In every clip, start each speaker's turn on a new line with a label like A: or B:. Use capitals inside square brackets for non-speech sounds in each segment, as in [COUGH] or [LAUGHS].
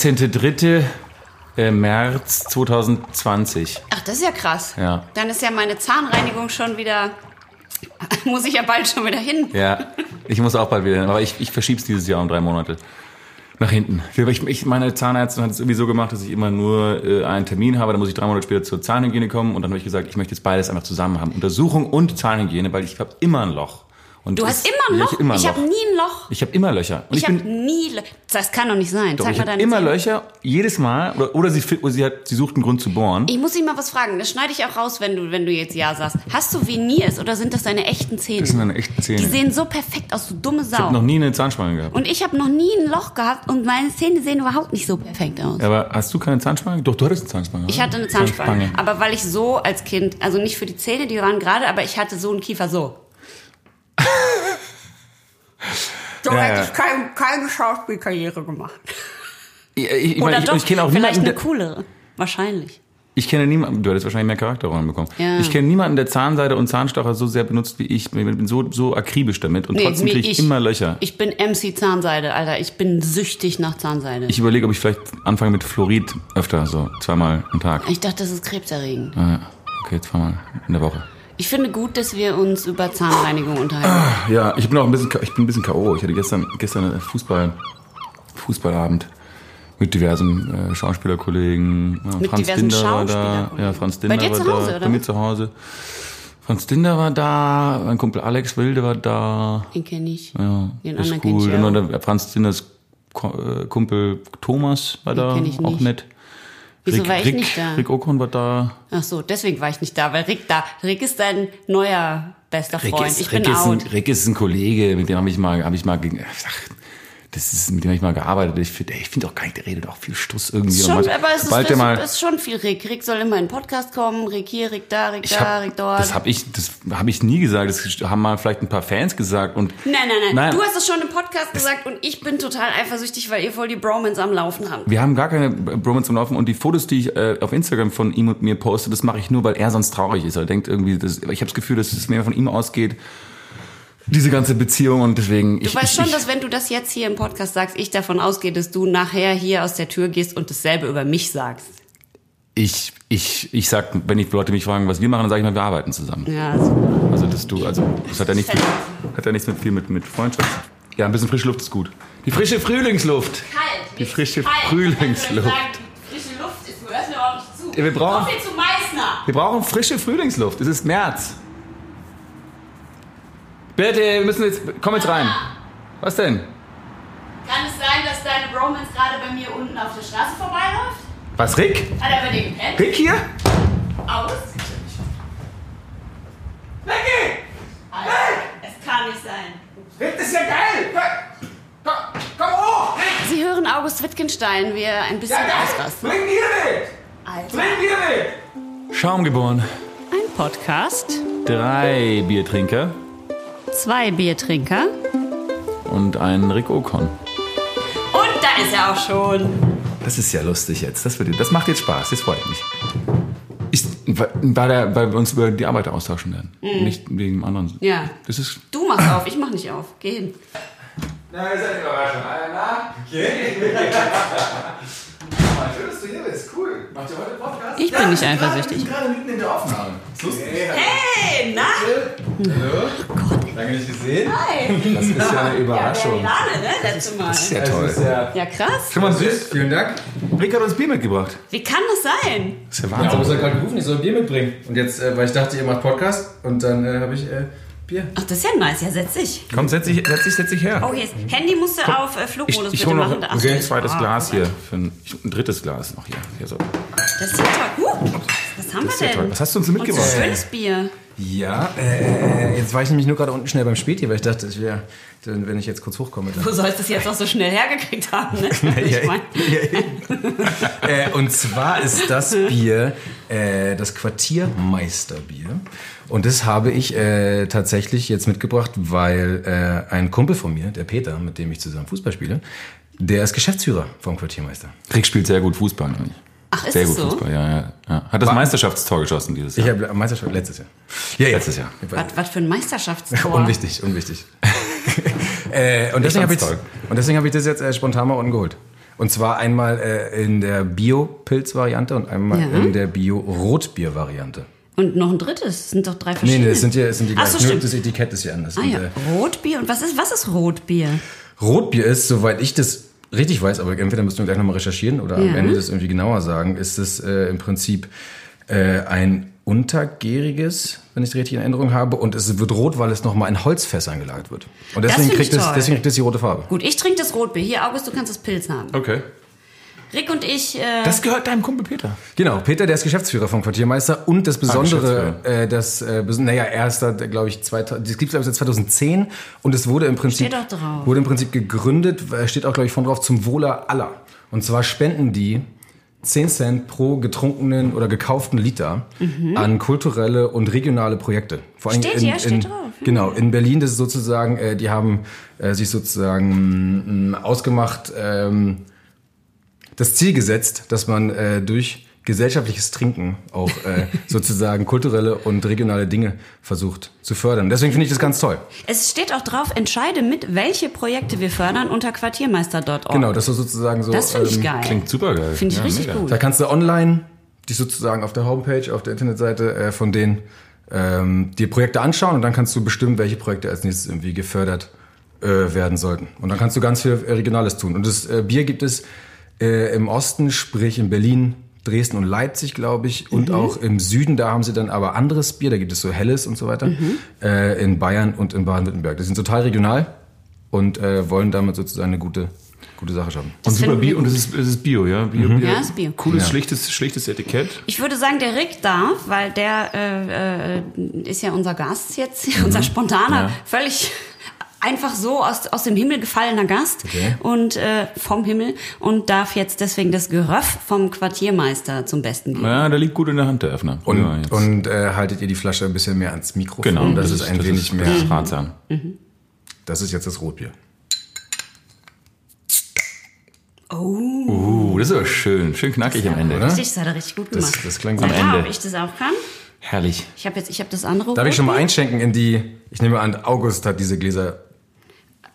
A: 13.3. äh, März 2020.
B: Ach, das ist ja krass.
A: Ja.
B: Dann ist ja meine Zahnreinigung schon wieder. [LAUGHS] Muss ich ja bald schon wieder hin.
A: Ja, ich muss auch bald wieder hin, aber ich, ich verschieb's dieses Jahr um drei Monate. Nach hinten. Ich, ich, meine Zahnärztin hat es irgendwie so gemacht, dass ich immer nur äh, einen Termin habe, dann muss ich drei Monate später zur Zahnhygiene kommen und dann habe ich gesagt, ich möchte jetzt beides einfach zusammen haben. Untersuchung und Zahnhygiene, weil ich habe immer ein Loch. Und
B: Du
A: es-
B: hast immer ein
A: Ja,
B: Loch.
A: Ich, immer ein
B: ich habe
A: Loch.
B: nie ein Loch.
A: ich habe immer Löcher. Und
B: Ich,
A: ich,
B: habe
A: bin
B: nie. Lö- Das kann doch nicht sein.
A: doch,
B: Sag
A: ich
B: mal
A: hab
B: deine
A: immer
B: Zähne.
A: Löcher, jedes Mal. Oder, oder sie, fi- oder sie, hat, sie sucht einen Grund zu bohren.
B: Ich muss dich mal was fragen. Das schneide ich auch raus, wenn du, wenn du jetzt Ja sagst. Hast du Veneers oder sind das deine echten Zähne?
A: das sind meine echten Zähne.
B: Die sehen so perfekt aus, du dumme
A: ich habe noch
B: Sau.
A: nie eine Zahnspange gehabt.
B: Und ich habe noch nie ein Loch gehabt und meine Zähne sehen überhaupt nicht so perfekt aus.
A: Aber hast du keine Zahnspange? Doch, du hattest eine Zahnspange.
B: Ich hatte eine Zahnspange, aber weil ich so als Kind, also nicht für die Zähne, die waren gerade, aber ich hatte so einen Kiefer so. so
A: Ja, ja.
B: hätte ich kein, keine Schauspielkarriere gemacht.
A: Ich, ich, ich,
B: Oder
A: meine, ich,
B: doch,
A: ich kenne auch niemanden,
B: vielleicht eine
A: der,
B: coolere. Wahrscheinlich.
A: Ich kenne niemanden, du hättest wahrscheinlich mehr Charakterrollen bekommen.
B: Ja.
A: Ich kenne niemanden, der Zahnseide und Zahnstocher so sehr benutzt wie ich. Ich bin so, so akribisch damit und trotzdem
B: mir-
A: kriege ich immer Löcher. Ich,
B: Ich bin MC Zahnseide, Alter. Ich bin süchtig nach Zahnseide. Ich,
A: überlege, ob ich vielleicht anfange mit Fluorid öfter, so zweimal am Tag.
B: dachte, das ist krebserregend.
A: Ah, ja. Okay, zweimal in der Woche.
B: Ich finde gut, dass wir uns über Zahnreinigung
A: Ah.
B: unterhalten.
A: Ja, ich bin auch ein bisschen, ich bin ein bisschen K.O. Ich hatte gestern, gestern Fußball, Fußballabend mit diversen äh, Schauspielerkollegen. Ja,
B: Mit
A: Franz
B: diversen
A: Dinder war da.
B: Schauspielerkollegen.
A: Ja, Franz
B: Bei
A: Dinder
B: dir
A: war
B: zu Hause,
A: da.
B: oder
A: Bei mir
B: was?
A: zu Hause. Franz Dinder war da, mein Kumpel Alex Wilde war da.
B: Den kenne ich.
A: Ja,
B: Den
A: ist
B: anderen kenn
A: cool.
B: ich
A: Dann war
B: auch.
A: der Franz Zinners Ko- äh, Kumpel Thomas war da,
B: kenn ich
A: auch
B: nicht.
A: nett.
B: Wieso war ich
A: Rick,
B: nicht da?
A: Rick Okon war da.
B: Ach so, deswegen war ich nicht da, weil Rick da. Rick ist dein neuer bester Freund. ich bin
A: Rick, ist ein,
B: out.
A: Rick ist ein Kollege, mit dem habe ich mal, habe ich mal, gegen- ach, das ist, mit dem habe ich mal gearbeitet. Ich finde, ich finde auch gar nicht, der redet auch viel Stuss irgendwie.
B: Ist
A: Und
B: Schon,
A: manchmal-
B: aber es ist,
A: sobald
B: es
A: der mal,
B: ist schon viel Rick. Rick soll immer in den Podcast kommen. Rick hier, Rick da, Rick
A: ich
B: da,
A: hab,
B: Rick dort.
A: das habe ich, das habe ich nie gesagt. Das haben mal vielleicht ein paar Fans gesagt und.
B: nein, nein, nein,
A: Nein.
B: Du hast es schon im Podcast gesagt und ich bin total eifersüchtig, weil ihr voll die Bromans am Laufen habt.
A: Wir haben gar keine Bromance am Laufen und die Fotos, die ich äh, auf Instagram von ihm und mir poste, das mache ich nur, weil er sonst traurig ist. Er denkt irgendwie, das, ich habe das Gefühl, dass es mehr von ihm ausgeht, diese ganze Beziehung und deswegen.
B: Du weißt schon, dass wenn du das jetzt hier im Podcast sagst, ich davon ausgehe, dass du nachher hier aus der Tür gehst und dasselbe über mich sagst.
A: ich, ich, ich sag, wenn die Leute mich fragen, was wir machen, dann sage ich mal, wir arbeiten zusammen.
B: Ja, super.
A: Also das du, also das hat ja nichts, mit- hat ja nichts mit viel mit, mit Freundschaft. Ja, ein bisschen frische Luft ist gut. Die frische Frühlingsluft.
B: Kalt.
A: Die frische Frühlingsluft.
B: Frische Luft ist, wir öffnen auch nicht zu.
A: Ja, wir brauchen- So
B: viel zu Meißner.
A: Wir brauchen frische Frühlingsluft. Es ist März. Bitte, wir müssen jetzt, komm jetzt rein. Was denn?
B: Kann es sein, dass deine Bromance gerade bei mir unten auf der Straße vorbeiläuft?
A: Was, Rick?
B: Hat er bei dir gepennt?
A: Rick hier?
B: Aus?
C: Becky!
B: Alter, es kann nicht sein.
C: Das ist ja geil! Komm, komm hoch!
B: Sie hören August Wittgenstein, wie er ein bisschen
C: Ja, geil!
B: ausrastet.
C: Bring Bier mit!
B: Alter.
C: Bring Bier mit!
A: Schaum geboren.
B: Ein Podcast,
A: Drei Biertrinker
B: zwei Biertrinker.
A: und ein Rick Okon.
B: Und da ist er auch schon.
A: Das ist ja lustig jetzt. Das, wird, das macht jetzt Spaß. Das freut mich. Ich, weil, der, weil wir uns über die Arbeit austauschen werden. Nicht wegen dem anderen.
B: Mhm. Ja.
A: Das ist.
B: Du machst auf, ich mach nicht auf. Geh hin.
C: Na, ihr seid überraschend. Na,
A: [LAUGHS]
C: okay. Schön, dass du hier bist. Cool. Macht ihr heute Podcast?
B: Ich bin nicht eifersüchtig.
C: gerade mitten in der Aufnahme. Ist lustig.
B: Hey, na?
C: Lange nicht gesehen.
B: Hi.
A: Das
B: [LAUGHS]
A: ist ja eine Überraschung.
B: Berlinale, ne? Letzte Mal.
A: Sehr toll.
B: Ja, krass.
A: Schon mal süß.
C: Vielen Dank.
A: Rick hat uns Bier mitgebracht.
B: Wie kann das sein?
A: Das ist ja
C: Ja,
A: Wahnsinn.
C: aber gerade gerufen, ich soll Bier mitbringen. Und jetzt, äh, weil ich dachte, ihr macht Podcast und dann äh, habe ich äh, Bier.
B: Ach, das ist ja nice. Ja, setz dich.
A: Komm, setz dich, setz dich, setz dich her.
B: Oh, hier ist. Handy musst du auf äh, Flugmodus bitte
A: hol
B: machen. Ach,
A: okay, ein
B: das-
A: zweites
B: ah,
A: Glas hier. Für ein, ich, ein drittes Glas noch hier. Also, hier so.
B: Das ist ja toll. Huh, was haben
A: Das ist
B: wir
A: ja
B: denn?
A: toll. Was hast du uns
B: Und so
A: mitgebracht?
B: schönes Bier.
C: Ja, äh, jetzt war ich nämlich nur gerade unten schnell beim Späti, weil ich dachte, ich wär, dann, wenn ich jetzt kurz hochkomme, dann
B: Du sollst es jetzt auch so schnell hergekriegt haben,
A: [LAUGHS]
B: ne?
C: Ja,
B: [LAUGHS] Ich
C: ja,
B: mein,
C: ja. äh, und zwar ist das Bier äh, das Quartiermeisterbier. Und das habe ich äh, tatsächlich jetzt mitgebracht, weil äh, ein Kumpel von mir, der Peter, mit dem ich zusammen Fußball spiele, der ist Geschäftsführer vom Quartiermeister.
A: Rick spielt sehr gut Fußball. ne? nämlich.
B: Ach, ist
A: Sehr
B: das
A: gut
B: so?
A: Fußball, ja, ja, ja. Hat das Meisterschaftstor geschossen dieses Jahr.
C: Ich habe Meisterschaft letztes Jahr. Ja, ja.
A: Letztes Jahr.
B: was, was für
A: [LAUGHS]
B: ein
A: Um
B: Meisterschaftstor.
C: Unwichtig, unwichtig. [LAUGHS] äh, und, deswegen habe
A: fand's
C: ich,
A: toll.
C: und deswegen habe ich das jetzt äh, spontan mal unten geholt. Und zwar einmal äh, in der Bio-Pilz-Variante und einmal
B: Ja.
C: in der Bio-Rotbier-Variante.
B: Und noch ein drittes. Das sind doch drei
C: Nee,
B: verschiedene.
C: nee, es sind, ja, es sind die
B: Ach so,
C: gleichen. Nur
B: stimmt.
C: das Etikett ist ja anders.
B: Ah
C: Und,
B: ja,
C: äh,
B: Rotbier. Und was ist, was ist Rotbier?
C: Rotbier ist, soweit ich das richtig weiß, aber entweder müssen wir gleich nochmal recherchieren oder am
B: Ja.
C: Ende das irgendwie genauer sagen, ist es äh, im Prinzip äh, ein untergäriges, wenn ich es richtig in Erinnerung habe, und es wird rot, weil es nochmal in Holzfässern gelagert wird. Und deswegen,
B: find ich
C: kriegt es,
B: toll.
C: deswegen kriegt es die rote Farbe.
B: Gut, ich trinke das Rotbier. Hier, August, du kannst das Pilz haben.
A: Okay.
B: Rick und ich, äh,
A: Das gehört deinem Kumpel Peter.
C: Genau, Peter, der ist Geschäftsführer vom Quartiermeister und das Besondere, äh, das, äh, bes- naja, er ist da, glaube ich, 2000, das gibt es, glaube ich, seit 2010 und es wurde im Prinzip,
B: Steht doch drauf.
C: wurde im Prinzip gegründet, äh, steht auch, glaube ich, von drauf, zum Wohler aller. Und zwar spenden die 10 Cent pro getrunkenen oder gekauften Liter
B: Mhm.
C: an kulturelle und regionale Projekte. Vor allem
B: Steht
C: in,
B: hier, steht
C: in,
B: drauf, ja.
C: Genau, in Berlin, das ist sozusagen, äh, die haben äh, sich sozusagen mh, ausgemacht, ähm, das Ziel gesetzt, dass man äh, durch gesellschaftliches Trinken auch
B: [LAUGHS]
C: äh, sozusagen kulturelle und regionale Dinge versucht zu fördern. Deswegen finde ich das ganz toll.
B: es steht auch drauf, entscheide mit, welche Projekte wir fördern unter quartiermeister.org.
C: Genau, das ist sozusagen so.
B: Das finde ich
C: ähm,
B: geil.
A: Klingt super geil.
B: Finde ich richtig gut.
C: Da kannst du online, die sozusagen auf der Homepage, auf der Internetseite äh, von denen, ähm, die Projekte anschauen und dann kannst du bestimmen, welche Projekte als nächstes irgendwie gefördert äh, werden sollten. Und dann kannst du ganz viel Regionales tun. Und das äh, Bier gibt es äh, im Osten, sprich in Berlin, Dresden und Leipzig, glaube ich. Und auch im Süden, da haben sie dann aber anderes Bier, da gibt es so Helles und so weiter, äh, in Bayern und in Baden-Württemberg. Die sind total regional und äh, wollen damit sozusagen eine gute, gute Sache schaffen.
A: Und
B: Das
A: super
B: finden wir
A: Bio, und es ist, es ist Bio, ja? Bio, Bio.
B: Ja, ist Bio.
A: Cooles,
C: Mhm. Ja.
A: schlichtes, schlichtes
C: [LAUGHS]
A: Etikett.
B: Ich würde sagen, der Rick darf, weil der äh, äh, ist ja unser Gast jetzt, [LAUGHS] unser spontaner,
A: Ja.
B: völlig [LAUGHS] einfach so aus, aus dem Himmel gefallener Gast
C: Okay.
B: und äh, vom Himmel und darf jetzt deswegen das Geröff vom Quartiermeister zum Besten geben.
A: Ja, da liegt gut in der Hand, der Öffner.
C: Und,
A: ja, jetzt.
C: und äh, haltet ihr die Flasche ein bisschen mehr ans Mikrofon.
A: genau,
C: das, ist ein wenig mehr.
A: Das ist ratsam.
C: Das ist jetzt das Rotbier.
A: Uh, das ist aber schön. Schön knackig am Ende.
C: Oder?
B: Richtig, Oh, das hat er richtig gut
C: Das-
B: gemacht.
C: das klang
B: Sag
A: am
B: mal,
A: Ende.
B: ob ich das auch kann.
A: Herrlich.
B: Ich habe jetzt, ich habe das andere.
C: Darf ich schon mal
B: Rotbier.
C: einschenken in die, ich nehme an, August hat diese Gläser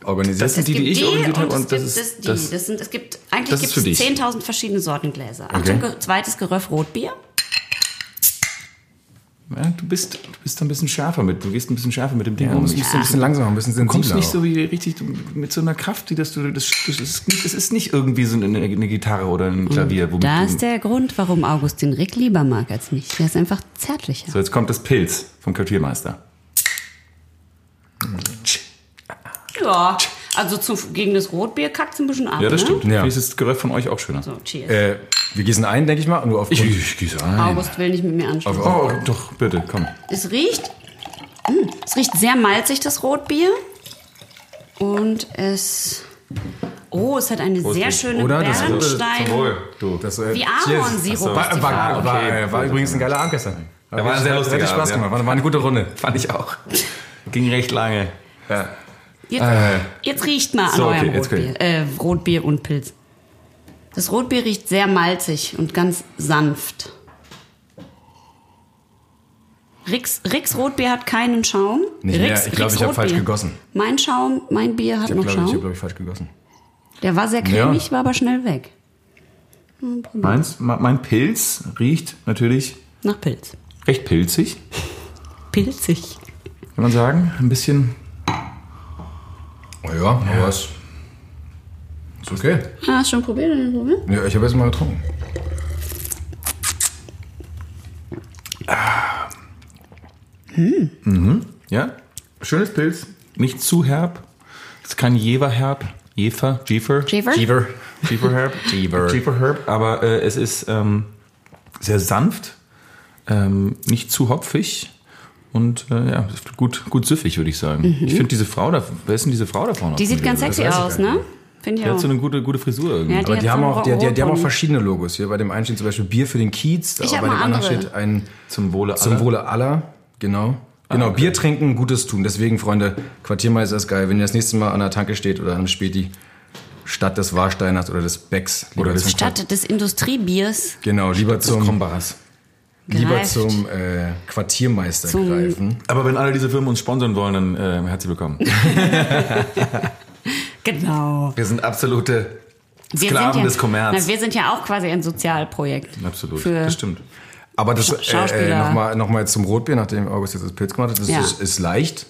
C: organisiert.
A: Das sind
B: Es
A: die,
B: gibt
A: die ich organisiert habe,
B: und,
A: und das
B: es
A: ist-
B: gibt das, die.
A: das-
B: Das, sind, es gibt, eigentlich
A: das ist
B: gibt
A: für dich.
B: es 10.000 verschiedene Sorten Gläser. Achtung, ge- zweites Geröff Rotbier.
A: Ja, du, bist, du bist da ein bisschen schärfer mit. Du gehst ein bisschen schärfer mit dem Ding um.
C: Du
A: Ich
C: musst Oh, ein bisschen langsamer, ein bisschen sensibler.
A: kommst nicht
C: auch.
A: so wie richtig du- mit so einer Kraft, die das du. Das, das, ist, nicht, das ist nicht irgendwie so eine, eine Gitarre oder ein Klavier. womit
B: Da
A: du-
B: ist der Grund, warum August den Rick lieber mag als mich. Er ist einfach zärtlicher.
A: So, jetzt kommt das Pilz vom Quartiermeister.
B: Ja, also zu, gegen das Rotbier kackt es ein bisschen ab.
A: Ja, das
B: ne?
A: stimmt.
C: Ja.
A: Ja. Dieses Geröff von euch auch schöner.
B: So, cheers.
C: äh, wir gießen ein, denke ich mal, nur auf
A: gieße ein.
B: August will nicht mit mir
A: Oh,
B: anschauen.
A: oh, doch, bitte, komm.
B: Es riecht, mm, es riecht sehr malzig, das Rotbier. Und es, oh, es hat eine sehr schöne
C: Oder? Das-
B: Bernstein.
A: Zum Wohl, du.
C: Das, äh,
B: Wie
C: cheers.
B: Ahornsirup ist die
C: War, war,
B: Farbe.
C: war,
A: Okay.
C: äh, war übrigens ein geiler Abend gestern.
A: Ja, war ein sehr
C: Hat
A: lustiger
C: richtig Spaß
A: Abend, ja.
C: gemacht, war, war eine gute Runde.
A: Fand ich auch. Ging recht lange. Ja.
B: Jetzt,
C: Äh.
B: jetzt riecht mal an
A: So, okay,
B: eurem
A: jetzt
B: Rotbier.
A: geht's.
B: Äh, Rotbier und Pilz. Das Rotbier riecht sehr malzig und ganz sanft. Ricks, Ricks Rotbier hat keinen Schaum.
C: Nicht mehr.
B: Ricks-
C: Ich glaube,
B: Ricks
C: ich habe falsch
B: Rotbier.
C: gegossen.
B: Mein Schaum, mein Bier hat
C: Ich habe,
B: noch
C: glaube ich, hab,
B: Schaum.
C: glaub ich, falsch gegossen.
B: Der war sehr
C: Ja.
B: cremig, war aber schnell weg.
A: Meins, me- mein Pilz riecht natürlich
B: Nach Pilz.
A: recht pilzig,
B: Pilzig.
A: kann man sagen. Ein bisschen.
C: Oh ja, aber es ist okay.
B: Ah, hast du schon probiert? Hast du probiert?
C: Ja, ich habe jetzt mal getrunken.
A: Ja, schönes Pilz. Nicht zu herb. Es ist kein Jeverherb. Jefer, Jefer.
B: Jever?
C: Jever.
A: Jeferherb.
C: Jever.
A: Jeferherb. Aber äh, es ist ähm, sehr sanft, ähm, nicht zu hopfig. Und äh, ja, ist gut, gut süffig, würde ich sagen. Ich finde diese Frau da, wer ist denn diese Frau da vorne?
B: Mhm. Die sieht ganz
A: sexy
B: sexy
C: weiß ich
B: aus,
C: gar
B: ne? Finde ich
A: Die
B: auch.
A: hat so eine gute, gute Frisur irgendwie.
B: Ja,
C: Aber die
B: hat
C: haben,
B: so
C: auch, die, die, die haben auch
B: Rohrpony.
C: verschiedene Logos. Hier bei dem einen steht zum Beispiel Bier für den Kiez,
B: Ich
C: aber
B: hab
C: bei
B: mal
C: dem anderen
B: andere.
C: steht ein
A: Zum Wohle
C: Zum
A: aller.
C: Wohle aller. Genau.
A: Ah,
C: Genau, Bier trinken, Gutes tun. Deswegen, Freunde, Quartiermeister ist geil. Wenn ihr das nächste Mal an der Tanke steht oder am Späti, statt des Warsteiners oder des Becks, lieber
A: Oder des
C: zum
B: Statt des Industriebiers
C: Genau, lieber zum,
A: Kombaras.
C: lieber
B: greift.
C: zum äh, Quartiermeister
B: Zum-
C: greifen.
A: Aber wenn alle diese Firmen uns sponsern wollen, dann äh, herzlich willkommen.
B: Genau.
A: Wir sind absolute
B: Wir
A: Sklaven
B: sind ja,
A: des Kommerz.
B: Na, wir sind ja auch quasi ein Sozialprojekt.
A: Absolut,
B: Für,
A: das stimmt.
C: Aber das
B: Sch-
C: äh, äh,
B: Schauspieler.
C: nochmal noch mal zum Rotbier, nachdem August jetzt das Pilz gemacht hat. Das
B: Ja.
C: ist, ist leicht.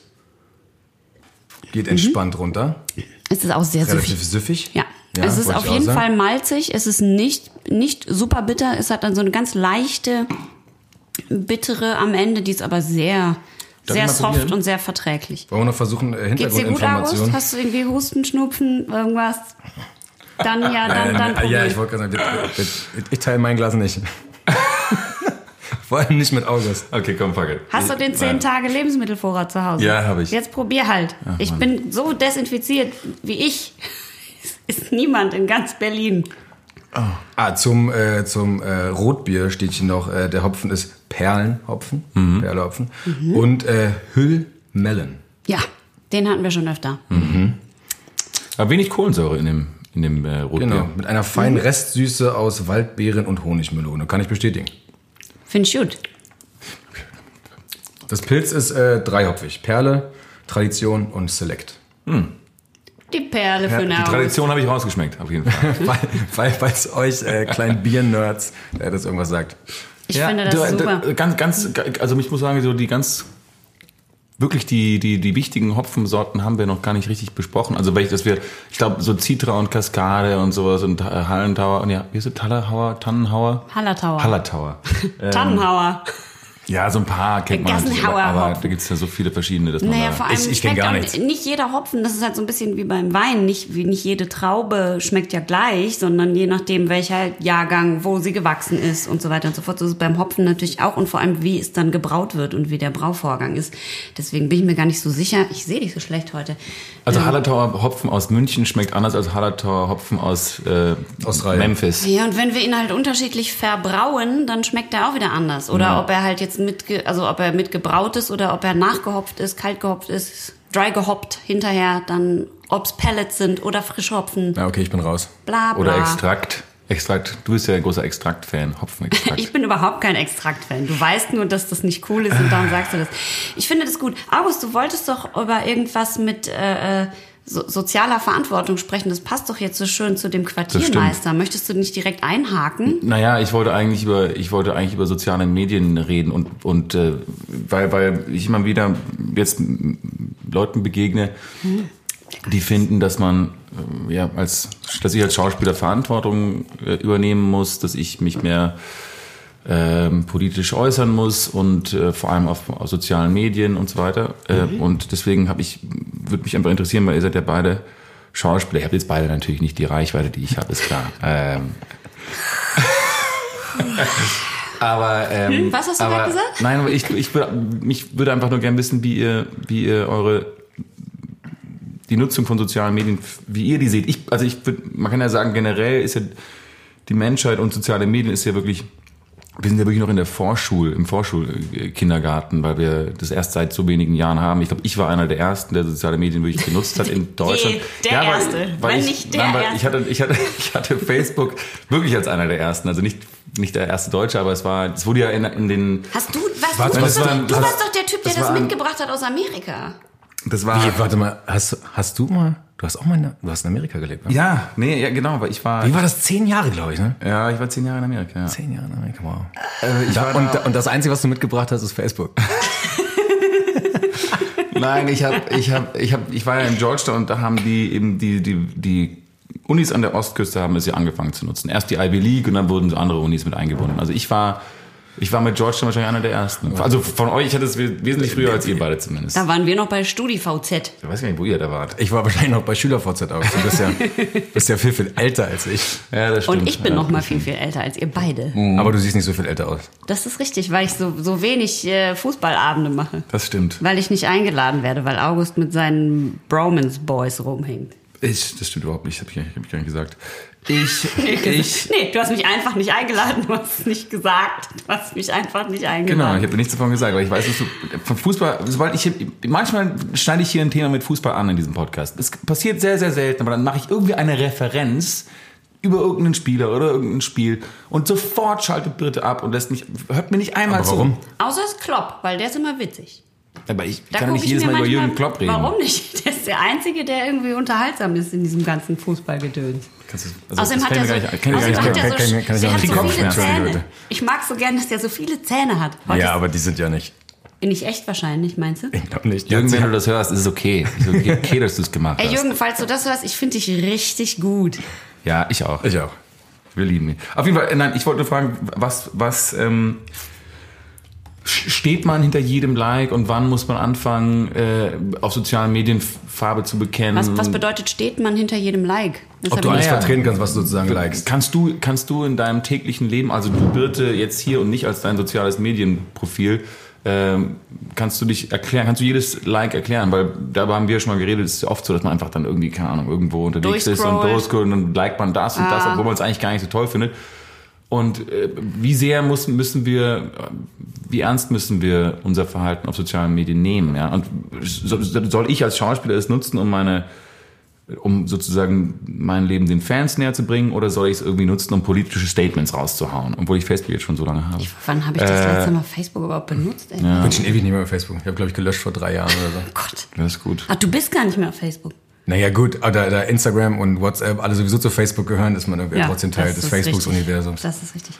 C: Geht entspannt runter.
B: Es ist auch sehr Mhm. süffig.
C: Relativ süffig.
B: Ja. es ist
C: wollte
B: auf
C: ich auch
B: jeden
C: sagen.
B: Fall malzig, es ist nicht, nicht super bitter, es hat dann so eine ganz leichte, bittere am Ende, die ist aber sehr, sehr
C: Darf ich mal
B: soft
C: probieren?
B: und sehr verträglich.
C: Wollen wir noch versuchen, äh,
B: Geht's dir gut, August?
C: Hintergrundinformationen?
B: Hast du irgendwie Husten, Schnupfen, irgendwas? Dann ja, dann, dann
C: Äh, ja,
B: probier.
C: ich wollte gerade sagen, ich, ich teile mein Glas nicht. [LAUGHS] Vor allem nicht mit August.
A: Okay, komm, fuck it.
B: Hast du den zehn
A: Nein.
B: Tage Lebensmittelvorrat zu Hause?
A: Ja, hab ich.
B: Jetzt probier halt. ich
A: Mann.
B: bin so desinfiziert wie ich. [LAUGHS] Es ist niemand in ganz Berlin.
C: Ah, zum, äh, zum äh, Rotbier steht hier noch, äh, der Hopfen ist Perlenhopfen, Perlehopfen und äh, Hüllmelon.
B: Ja, den hatten wir schon öfter.
A: Hm. Aber Äh, wenig Kohlensäure in dem, in dem äh, Rotbier.
C: Genau, mit einer feinen Restsüße aus Waldbeeren und Honigmelone. Kann ich bestätigen.
B: Finde ich gut.
C: Das Pilz ist äh, dreihopfig. Perle, Tradition und Select.
B: Die Perle für
A: Die
B: den August.
A: Tradition habe ich rausgeschmeckt, auf jeden Fall.
C: Weil- weil- Falls euch äh, kleinen Bier-Nerds äh, das irgendwas sagt.
B: Ich finde das
A: da- da-
B: super.
A: ganz, ganz, ga- also ich muss sagen, so die ganz, wirklich die, die, die wichtigen Hopfensorten haben wir noch gar nicht richtig besprochen. Also welche, dass wir, ich glaube, so Citra und Kaskade und sowas und äh, Hallentauer und ja, wie ist es, Tallerhauer, Tannenhauer?
B: Hallertauer.
A: Hallertauer.
B: [LAUGHS] Tannenhauer.
A: ja, so ein paar kennt man. natürlich, aber-
B: Gassenhauer
A: Aber
B: Hopfen.
A: da gibt es ja so viele verschiedene, dass man
B: Naja,
A: da,
B: vor allem
C: ich- ich kenn
B: schmeckt
C: gar
B: auch
C: nichts.
B: nicht jeder Hopfen, das ist halt so ein bisschen wie beim Wein, nicht, wie nicht jede Traube schmeckt ja gleich, sondern je nachdem welcher Jahrgang, wo sie gewachsen ist und so weiter und so fort. So ist es beim Hopfen natürlich auch und vor allem wie es dann gebraut wird und wie der Brauvorgang ist. Deswegen bin ich mir gar nicht so sicher. Ich sehe dich so schlecht heute.
A: Also
B: Ähm,
A: Hallertauer Hopfen aus München schmeckt anders als Hallertauer Hopfen aus, äh,
C: Australien.
A: Memphis.
B: Ja, und wenn wir ihn halt unterschiedlich verbrauen, dann schmeckt er auch wieder anders. Oder ob er halt jetzt mit, ge- also ob er mit gebraut ist oder ob er nachgehopft ist, kalt gehopft ist, dry gehoppt hinterher, dann ob's Pellets sind oder Frischhopfen,
C: Na, okay, ich bin raus.
B: bla bla.
A: Oder Extrakt. Extrakt. Du bist ja ein großer Extrakt-Fan. Hopfenextrakt.
B: [LAUGHS] [LAUGHS] Ich bin überhaupt kein Extrakt-Fan. Du weißt nur, dass das nicht cool ist und darum sagst du das. Ich finde das gut. August, du wolltest doch über irgendwas mit äh, äh, so, sozialer Verantwortung sprechen. Das passt doch jetzt so schön zu dem Quartiermeister. Möchtest du nicht direkt einhaken?
A: Naja, ich wollte eigentlich über, ich wollte eigentlich über soziale Medien reden und, und äh, weil, weil ich immer wieder jetzt m, Leuten begegne, die finden, dass man äh, ja, als, dass ich als Schauspieler Verantwortung äh, übernehmen muss, dass ich mich mehr ähm, politisch äußern muss und äh, vor allem auf, auf sozialen Medien und so weiter. Äh, Und deswegen habe ich, würde mich einfach interessieren, weil ihr seid ja beide Schauspieler. Ihr habt jetzt beide natürlich nicht die Reichweite, die ich habe, ist klar. Ähm, aber ähm,
B: Hm, was hast du
A: aber-
B: gerade gesagt?
A: Nein, aber ich, ich würde mich würde einfach nur gerne wissen, wie ihr wie ihr eure die Nutzung von sozialen Medien, wie ihr die seht. Ich, also ich würd, man kann ja sagen, generell ist ja die Menschheit und soziale Medien ist ja wirklich wir sind ja wirklich noch in der Vorschul, im Vorschulkindergarten, weil wir das erst seit so wenigen Jahren haben. Ich glaube, ich war einer der ersten, der soziale Medien wirklich genutzt hat
B: [LAUGHS]
A: in Deutschland.
B: der
A: weil-
B: Erste, wenn
A: ich,
B: nicht der
A: nein, weil
B: Erste.
A: Ich hatte, ich hatte, [LAUGHS] ich hatte Facebook wirklich als einer der ersten. Also nicht, nicht der erste Deutsche, aber es war, es wurde ja in, in den,
B: Hast du, was,
C: Warte,
B: du,
A: das
B: warst doch,
A: war ein-
B: du
A: das-
B: warst doch der Typ, der
A: das
B: das,
A: war ein-
B: mitgebracht hat aus Amerika.
A: das war,
C: Wie, warte mal, hast, hast du mal, du hast auch mal, in, du hast in Amerika gelebt, ne?
A: ja, nee, ja, genau, weil ich war,
C: Wie war das? Zehn Jahre, glaube ich, ne?
A: ja, ich war zehn Jahre in Amerika, ja.
C: Zehn Jahre in Amerika, wow. da, und, da, und das Einzige, was du mitgebracht hast, ist Facebook.
A: Nein, ich hab, ich hab, ich hab, ich war ja in Georgetown und da haben die eben die die die Unis an der Ostküste haben es ja angefangen zu nutzen. Erst die Ivy League und dann wurden so andere Unis mit eingebunden. Also ich war ich war mit Georgetown wahrscheinlich einer der ersten. Also von euch, ich hatte es we- wesentlich früher als ihr beide zumindest.
B: Da waren wir noch bei StudiVZ.
A: Ich weiß gar nicht, wo ihr da wart.
C: Ich war wahrscheinlich noch bei SchülerVZ aus. Du bist [LAUGHS] ja, bist ja viel, viel älter als ich.
A: Ja, das
B: Und ich bin
A: ja. Mhm.
B: noch mal viel, viel älter als ihr beide.
C: Aber du siehst nicht so viel älter aus.
B: Das ist richtig, weil ich so, so wenig äh, Fußballabende mache.
A: Das stimmt.
B: Weil ich nicht eingeladen werde, weil August mit seinen Bromance-Boys rumhängt.
A: Ich, das stimmt überhaupt nicht. Hab ich, gar nicht- hab ich gar nicht gesagt.
B: [LAUGHS]
A: Ich, ich.
B: Nee, du hast mich einfach nicht eingeladen, [LAUGHS] du hast es nicht gesagt. Du hast mich einfach nicht
A: Genau, ich
B: eingeladen.
A: habe nichts davon gesagt, weil ich weiß, dass du von Fußball, sobald ich, manchmal schneide ich hier ein Thema mit Fußball an in diesem Podcast. Es passiert sehr, sehr selten, aber dann mache ich irgendwie eine Referenz über irgendeinen Spieler oder irgendein Spiel und sofort schaltet Britte ab und lässt mich, hört mir nicht einmal
C: Aber
A: zu.
C: warum?
B: Außer es Klopp, weil der ist immer witzig.
A: Aber ich
B: Da
A: kann
B: guck
A: nicht
B: ich
A: jedes
B: mir
A: Mal über
B: manchmal-
A: Jürgen Klopp reden.
B: Warum nicht? [LAUGHS] Der ist der Einzige, der irgendwie unterhaltsam ist in diesem ganzen Fußballgedöns.
A: Kannst du- also,
B: außerdem
A: das
B: hat
A: kann
B: er
A: ich
B: so,
A: mir gar nicht- kann ich mir gar nicht
B: außerdem hat
A: merken.
B: er so,
C: kann- kann- kann ich
B: der
C: auch
B: hat
C: nicht
B: so viele
A: Kopfschmerzen,
B: Zähne.
C: Leute.
B: Ich mag so gern, dass der so viele Zähne hat. Heute
C: Ja,
B: ist-
C: aber die sind ja nicht.
B: bin ich echt wahrscheinlich, meinst du?
C: Ich glaube nicht. Die
A: Jürgen,
C: hat
A: wenn
C: sich-
A: du das hörst, ist es okay. Ist
B: [LAUGHS]
A: okay, okay dass du es gemacht
B: Ey
A: hast.
B: Jürgen, falls du das hörst, ich finde dich richtig gut.
A: Ja, ich auch.
C: Ich auch.
B: Ah
A: Wir lieben ihn. Auf jeden Fall, äh, nein, ich wollte nur fragen, was, was, ähm, sch- steht man hinter jedem Like und wann muss man anfangen, äh, auf sozialen Medien F- Farbe zu bekennen?
B: Was, was bedeutet, steht man hinter jedem Like?
A: Hm. Ob
B: Das hab
A: du
B: ich
C: Alles
A: Ja.
C: vertreten kannst, was du sozusagen likest.
A: Kannst du, kannst du in deinem täglichen Leben, also du Birte jetzt hier und nicht als dein soziales Medienprofil, ähm, kannst du dich erklären, kannst du jedes Like erklären? Weil darüber haben wir schon mal geredet, es ist oft so, dass man einfach dann irgendwie, keine Ahnung, irgendwo unterwegs ist und
B: Durchscrollt. Ah.
A: durchscrollt und dann liked man das und das, obwohl man es eigentlich gar nicht so toll findet. Und äh, wie sehr muss, müssen wir, äh, wie ernst müssen wir unser Verhalten auf sozialen Medien nehmen? Ja? Und so, soll ich als Schauspieler es nutzen, um meine um sozusagen mein Leben den Fans näher zu bringen oder soll ich es irgendwie nutzen, um politische Statements rauszuhauen, obwohl ich Facebook jetzt schon so lange habe?
B: Wann habe ich das letzte Mal Facebook überhaupt benutzt? Ey? Oh
C: Ich bin schon ewig nicht mehr auf Facebook. Ich habe, glaube ich, gelöscht vor drei Jahren oder so.
B: Gott.
A: Das ist gut.
B: Ach, du bist gar nicht mehr auf Facebook.
C: [LAUGHS] Naja, gut, aber da, da Instagram und WhatsApp alle sowieso zu Facebook gehören, ist man irgendwie trotzdem Teil
B: das
C: des
B: ist
C: Facebooks-Universums.
B: richtig. Das ist richtig.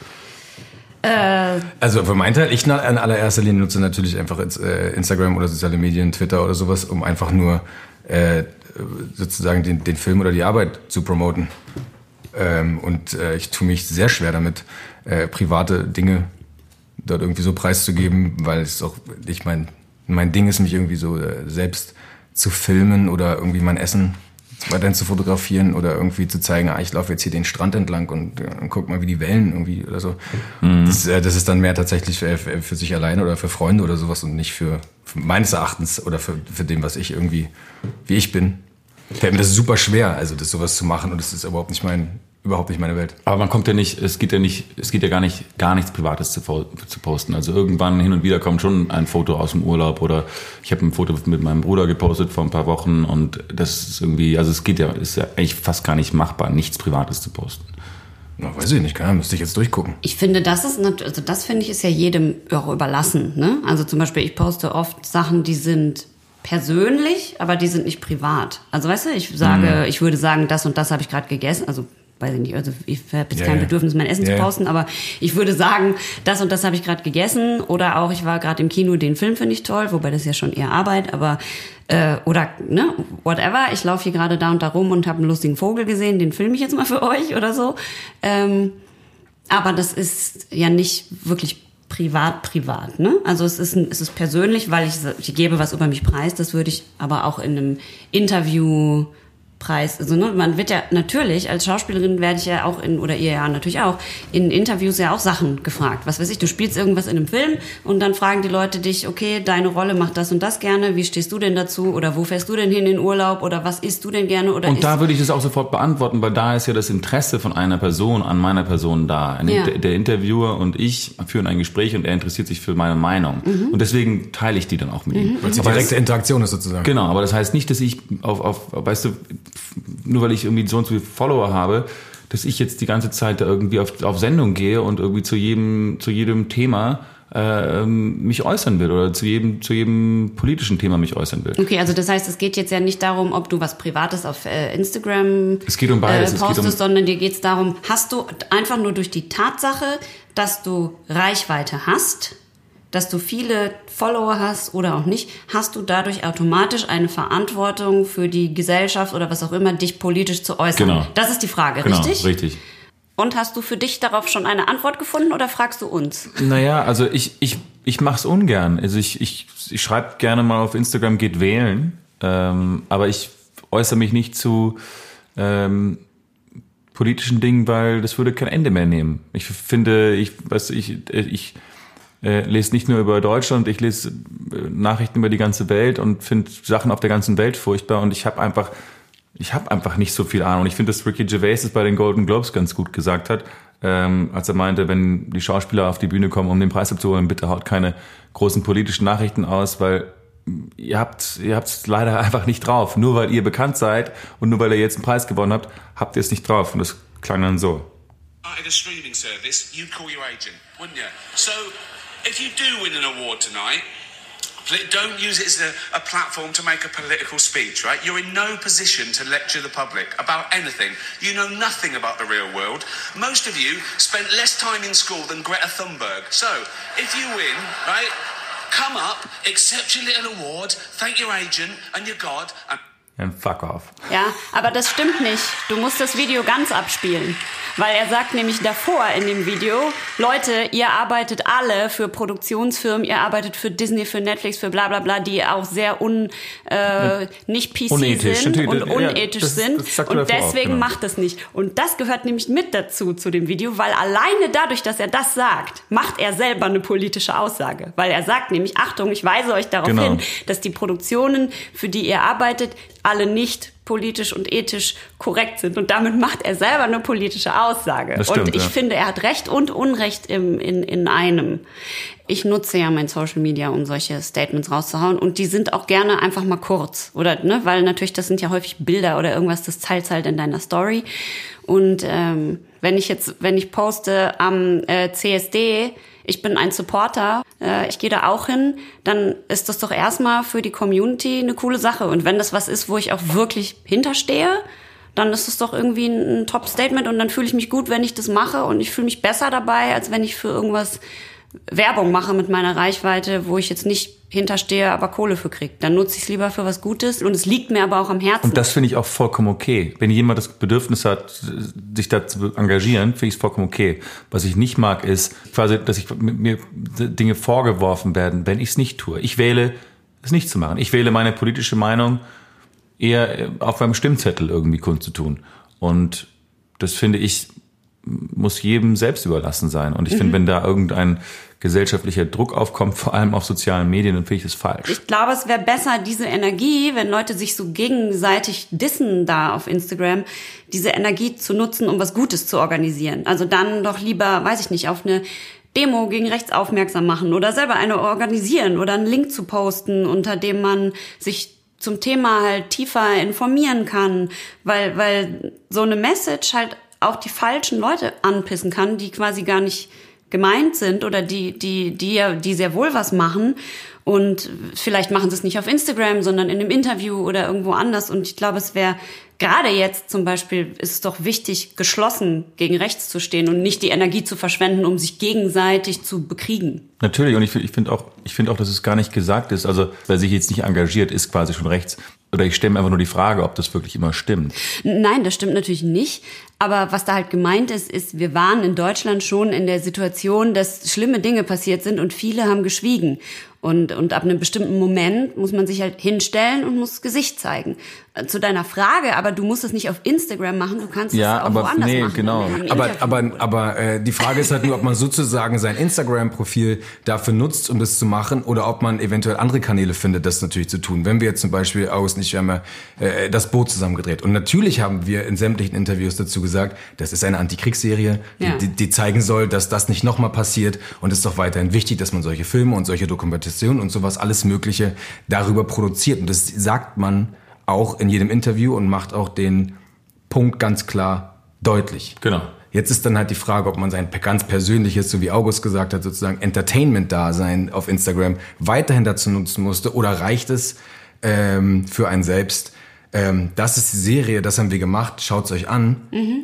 C: Also für meinen Teil, ich na- in allererster Linie nutze natürlich einfach ins- äh, Instagram oder soziale Medien, Twitter oder sowas, um einfach nur äh, sozusagen den, den Film oder die Arbeit zu promoten. Ähm, und äh, ich tue mich sehr schwer damit, äh, private Dinge dort irgendwie so preiszugeben, weil es auch, ich mein, mein Ding ist, mich irgendwie so äh, selbst zu filmen oder irgendwie mein Essen weiterhin zu fotografieren oder irgendwie zu zeigen, ah, ich laufe jetzt hier den Strand entlang und, äh, und guck mal, wie die Wellen irgendwie oder so. Das, äh, das ist dann mehr tatsächlich äh, für, für sich alleine oder für Freunde oder sowas und nicht für, für meines Erachtens oder für, für dem, was ich irgendwie, wie ich bin. Fällt mir das super schwer, also das sowas zu machen und das ist überhaupt nicht mein, überhaupt nicht meine Welt.
A: Aber man kommt ja nicht, es geht ja nicht, es geht ja gar nicht, gar nichts Privates zu, fo- zu posten. Also irgendwann hin und wieder kommt schon ein Foto aus dem Urlaub oder ich habe ein Foto mit meinem Bruder gepostet vor ein paar Wochen und das ist irgendwie, also es geht ja, ist ja eigentlich fast gar nicht machbar, nichts Privates zu posten.
C: Na, weiß ich nicht, keine Ahnung, müsste ich jetzt durchgucken.
B: Ich finde, das ist, nat- also das finde ich, ist ja jedem auch überlassen. Ne? Also zum Beispiel, ich poste oft Sachen, die sind persönlich, aber die sind nicht privat. Also weißt du, ich
C: Mhm.
B: sage, ich würde sagen, das und das habe ich gerade gegessen. Also weiß ich nicht, also ich habe jetzt
C: Ja,
B: kein
C: ja.
B: Bedürfnis, mein Essen
C: Ja,
B: zu
C: ja.
B: posten, aber ich würde sagen, das und das habe ich gerade gegessen oder auch ich war gerade im Kino, den Film finde ich toll, wobei das ist ja schon eher Arbeit, aber äh, oder ne, whatever, ich laufe hier gerade da und da rum und habe einen lustigen Vogel gesehen, den filme ich jetzt mal für euch oder so. Ähm, aber das ist ja nicht wirklich privat, privat. Ne? Also es ist, ein- es ist persönlich, weil ich, sa- ich gebe was über mich preis. Das würde ich aber auch in einem Interview preis. Also ne, man wird ja natürlich, als Schauspielerin werde ich ja auch in, oder ihr ja natürlich auch, in Interviews ja auch Sachen gefragt. Was weiß ich, du spielst irgendwas in einem Film und dann fragen die Leute dich, okay, deine Rolle macht das und das gerne. Wie stehst du denn dazu? Oder wo fährst du denn hin in Urlaub? Oder was isst du denn gerne? Oder
A: Und
B: isst
A: da würde ich das auch sofort beantworten, weil da ist ja das Interesse von einer Person an meiner Person da. Ein
B: Ja.
A: Inter- Der Interviewer und ich führen ein Gespräch und er interessiert sich für meine Meinung. Und deswegen teile ich die dann auch mit ihm.
C: Mhm. Weil es die
A: Aber
C: direkte Interaktion ist sozusagen.
A: Genau, aber das heißt nicht, dass ich auf, auf, weißt du, nur weil ich irgendwie so und so viele Follower habe, dass ich jetzt die ganze Zeit da irgendwie auf, auf Sendung gehe und irgendwie zu jedem, zu jedem Thema äh, ähm, mich äußern will oder zu jedem, zu jedem politischen Thema mich äußern will.
B: Okay, also das heißt, es geht jetzt ja nicht darum, ob du was Privates auf äh, Instagram
A: Es geht um beides,
B: Äh,
A: es geht
B: postest,
A: um-
B: sondern dir geht es darum, hast du einfach nur durch die Tatsache, dass du Reichweite hast, dass du viele Follower hast oder auch nicht, hast du dadurch automatisch eine Verantwortung für die Gesellschaft oder was auch immer, dich politisch zu äußern.
A: Genau.
B: Das ist die Frage,
A: Genau,
B: richtig?
A: richtig.
B: Und hast du für dich darauf schon eine Antwort gefunden oder fragst du uns?
A: Naja, also ich, ich, ich mache es ungern. Also ich, ich, ich schreibe gerne mal auf Instagram, geht wählen, ähm, aber ich äußere mich nicht zu ähm, politischen Dingen, weil das würde kein Ende mehr nehmen. Ich finde, ich, weißt du, ich, ich äh, lese nicht nur über Deutschland, ich lese äh, Nachrichten über die ganze Welt und finde Sachen auf der ganzen Welt furchtbar und ich habe einfach ich habe einfach nicht so viel Ahnung. Ich finde, dass Ricky Gervais es bei den Golden Globes ganz gut gesagt hat, ähm, als er meinte, wenn die Schauspieler auf die Bühne kommen, um den Preis abzuholen, bitte haut keine großen politischen Nachrichten aus, weil ihr habt ihr habt's leider einfach nicht drauf. Nur weil ihr bekannt seid und nur weil ihr jetzt einen Preis gewonnen habt, habt ihr es nicht drauf. Und das klang dann so.
D: started a streaming service, you'd call your agent, wouldn't you? So, if you do win an award tonight, Pl- Don't use it as a, a platform to make a political speech, right? You're in no position to lecture the public about anything. You know nothing about the real world. Most of you spent less time in school than Greta Thunberg. So, if you win, right, come up, accept your little award, thank your agent and your God, and
A: Dann fuck off.
B: Ja, aber das stimmt nicht. Du musst das Video ganz abspielen. Weil er sagt nämlich davor in dem Video, Leute, ihr arbeitet alle für Produktionsfirmen, ihr arbeitet für Disney, für Netflix, für bla bla bla, die auch sehr un, äh, nicht PC
A: Unethisch,
B: sind
A: natürlich,
B: und
A: ja,
B: unethisch
A: das-
B: sind.
A: das sagt er
B: und
A: davor auch,
B: deswegen
A: genau.
B: macht es nicht. Und das gehört nämlich mit dazu zu dem Video, weil alleine dadurch, dass er das sagt, macht er selber eine politische Aussage. Weil er sagt nämlich, Achtung, ich weise euch darauf
A: Genau.
B: hin, dass die Produktionen, für die ihr arbeitet, alle nicht politisch und ethisch korrekt sind. Und damit macht er selber eine politische Aussage.
A: Das stimmt,
B: und ich
A: ja.
B: finde, er hat Recht und Unrecht im, in, in einem. Ich nutze ja mein Social Media, um solche Statements rauszuhauen. Und die sind auch gerne einfach mal kurz. Oder, ne? Weil natürlich, das sind ja häufig Bilder oder irgendwas, das teilst halt in deiner Story. Und ähm, wenn ich jetzt, wenn ich poste am äh, CSD, ich bin ein Supporter, äh, ich gehe da auch hin, dann ist das doch erstmal für die Community eine coole Sache. Und wenn das was ist, wo ich auch wirklich hinterstehe, dann ist es doch irgendwie ein, ein Top-Statement und dann fühle ich mich gut, wenn ich das mache und ich fühle mich besser dabei, als wenn ich für irgendwas Werbung mache mit meiner Reichweite, wo ich jetzt nicht hinterstehe, aber Kohle für kriege. Dann nutze ich es lieber für was Gutes und es liegt mir aber auch am Herzen.
A: Und das finde ich auch vollkommen okay. Wenn jemand das Bedürfnis hat, sich da zu engagieren, finde ich es vollkommen okay. Was ich nicht mag, ist quasi, dass ich mit mir Dinge vorgeworfen werden, wenn ich es nicht tue. Ich wähle, es nicht zu machen. Ich wähle meine politische Meinung eher äh, auf meinem Stimmzettel irgendwie kundzutun. Und das finde ich, muss jedem selbst überlassen sein. Und ich finde, wenn da irgendein gesellschaftlicher Druck aufkommt, vor allem auf sozialen Medien, dann finde ich das falsch.
B: Ich glaube, es wäre besser, diese Energie, wenn Leute sich so gegenseitig dissen da auf Instagram, diese Energie zu nutzen, um was Gutes zu organisieren. Also dann doch lieber, weiß ich nicht, auf eine Demo gegen rechts aufmerksam machen oder selber eine organisieren oder einen Link zu posten, unter dem man sich zum Thema halt tiefer informieren kann, weil, weil so eine Message halt auch die falschen Leute anpissen kann, die quasi gar nicht gemeint sind oder die, die, die, ja- die sehr wohl was machen. Und vielleicht machen sie es nicht auf Instagram, sondern in einem Interview oder irgendwo anders. Und ich glaube, es wäre gerade jetzt zum Beispiel, ist es doch wichtig, geschlossen gegen rechts zu stehen und nicht die Energie zu verschwenden, um sich gegenseitig zu bekriegen.
A: Natürlich, und ich, fi- ich finde auch, ich finde auch, dass es gar nicht gesagt ist. Also, wer sich jetzt nicht engagiert, ist quasi schon rechts. Oder ich stelle mir einfach nur die Frage, ob das wirklich immer stimmt.
B: Nein, das stimmt natürlich nicht. Aber was da halt gemeint ist, ist, wir waren in Deutschland schon in der Situation, dass schlimme Dinge passiert sind und viele haben geschwiegen. Und, und ab einem bestimmten Moment muss man sich halt hinstellen und muss das Gesicht zeigen. Äh, Zu deiner Frage, aber du musst es nicht auf Instagram machen, du kannst
A: Ja,
B: es auch
A: aber-
B: woanders
A: nee,
B: machen.
A: genau.
B: in einem
C: Aber,
B: Interview.
C: aber, aber äh, die Frage ist halt nur, ob man sozusagen sein Instagram-Profil dafür nutzt, um das zu machen, oder ob man eventuell andere Kanäle findet, das natürlich zu tun. Wenn wir jetzt zum Beispiel aus nicht, wir haben ja äh, das Boot zusammengedreht. Und natürlich haben wir in sämtlichen Interviews dazu gesagt, das ist eine Antikriegsserie,
B: Ja.
C: die, die, die zeigen soll, dass das nicht nochmal passiert. Und es ist doch weiterhin wichtig, dass man solche Filme und solche Dokumentationen und sowas, alles Mögliche darüber produziert. Und das sagt man auch in jedem Interview und macht auch den Punkt ganz klar deutlich.
A: Genau.
C: Jetzt ist dann halt die Frage, ob man sein pe- ganz persönliches, so wie August gesagt hat, sozusagen Entertainment-Dasein auf Instagram weiterhin dazu nutzen musste oder reicht es ähm, für einen selbst? Ähm, das ist die Serie, das haben wir gemacht, schaut's euch an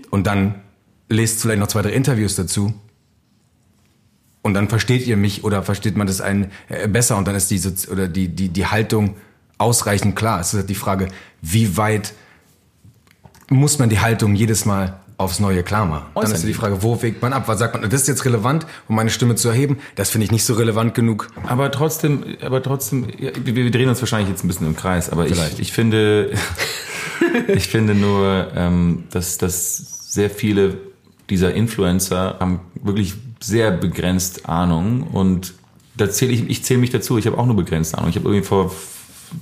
C: und dann lest vielleicht noch zwei, drei Interviews dazu und dann versteht ihr mich oder versteht man das einen äh, besser und dann ist die, Sozi- oder die, die, die Haltung ausreichend klar. Es ist halt die Frage, wie weit muss man die Haltung jedes Mal aufs Neue klar machen. Dann
A: Äußern
C: ist ja
A: die.
C: die Frage, wo wägt man ab? Was sagt man, das ist jetzt relevant, um meine Stimme zu erheben? Das finde ich nicht so relevant genug.
A: Aber trotzdem, aber trotzdem, ja, wir, wir drehen uns wahrscheinlich jetzt ein bisschen im Kreis, aber ich,
C: Vielleicht.
A: ich [LAUGHS] finde, ich finde nur, ähm, dass, dass sehr viele dieser Influencer haben wirklich sehr begrenzt Ahnung und da zähle ich, ich zähle mich dazu, ich habe auch nur begrenzt Ahnung. Ich habe irgendwie vor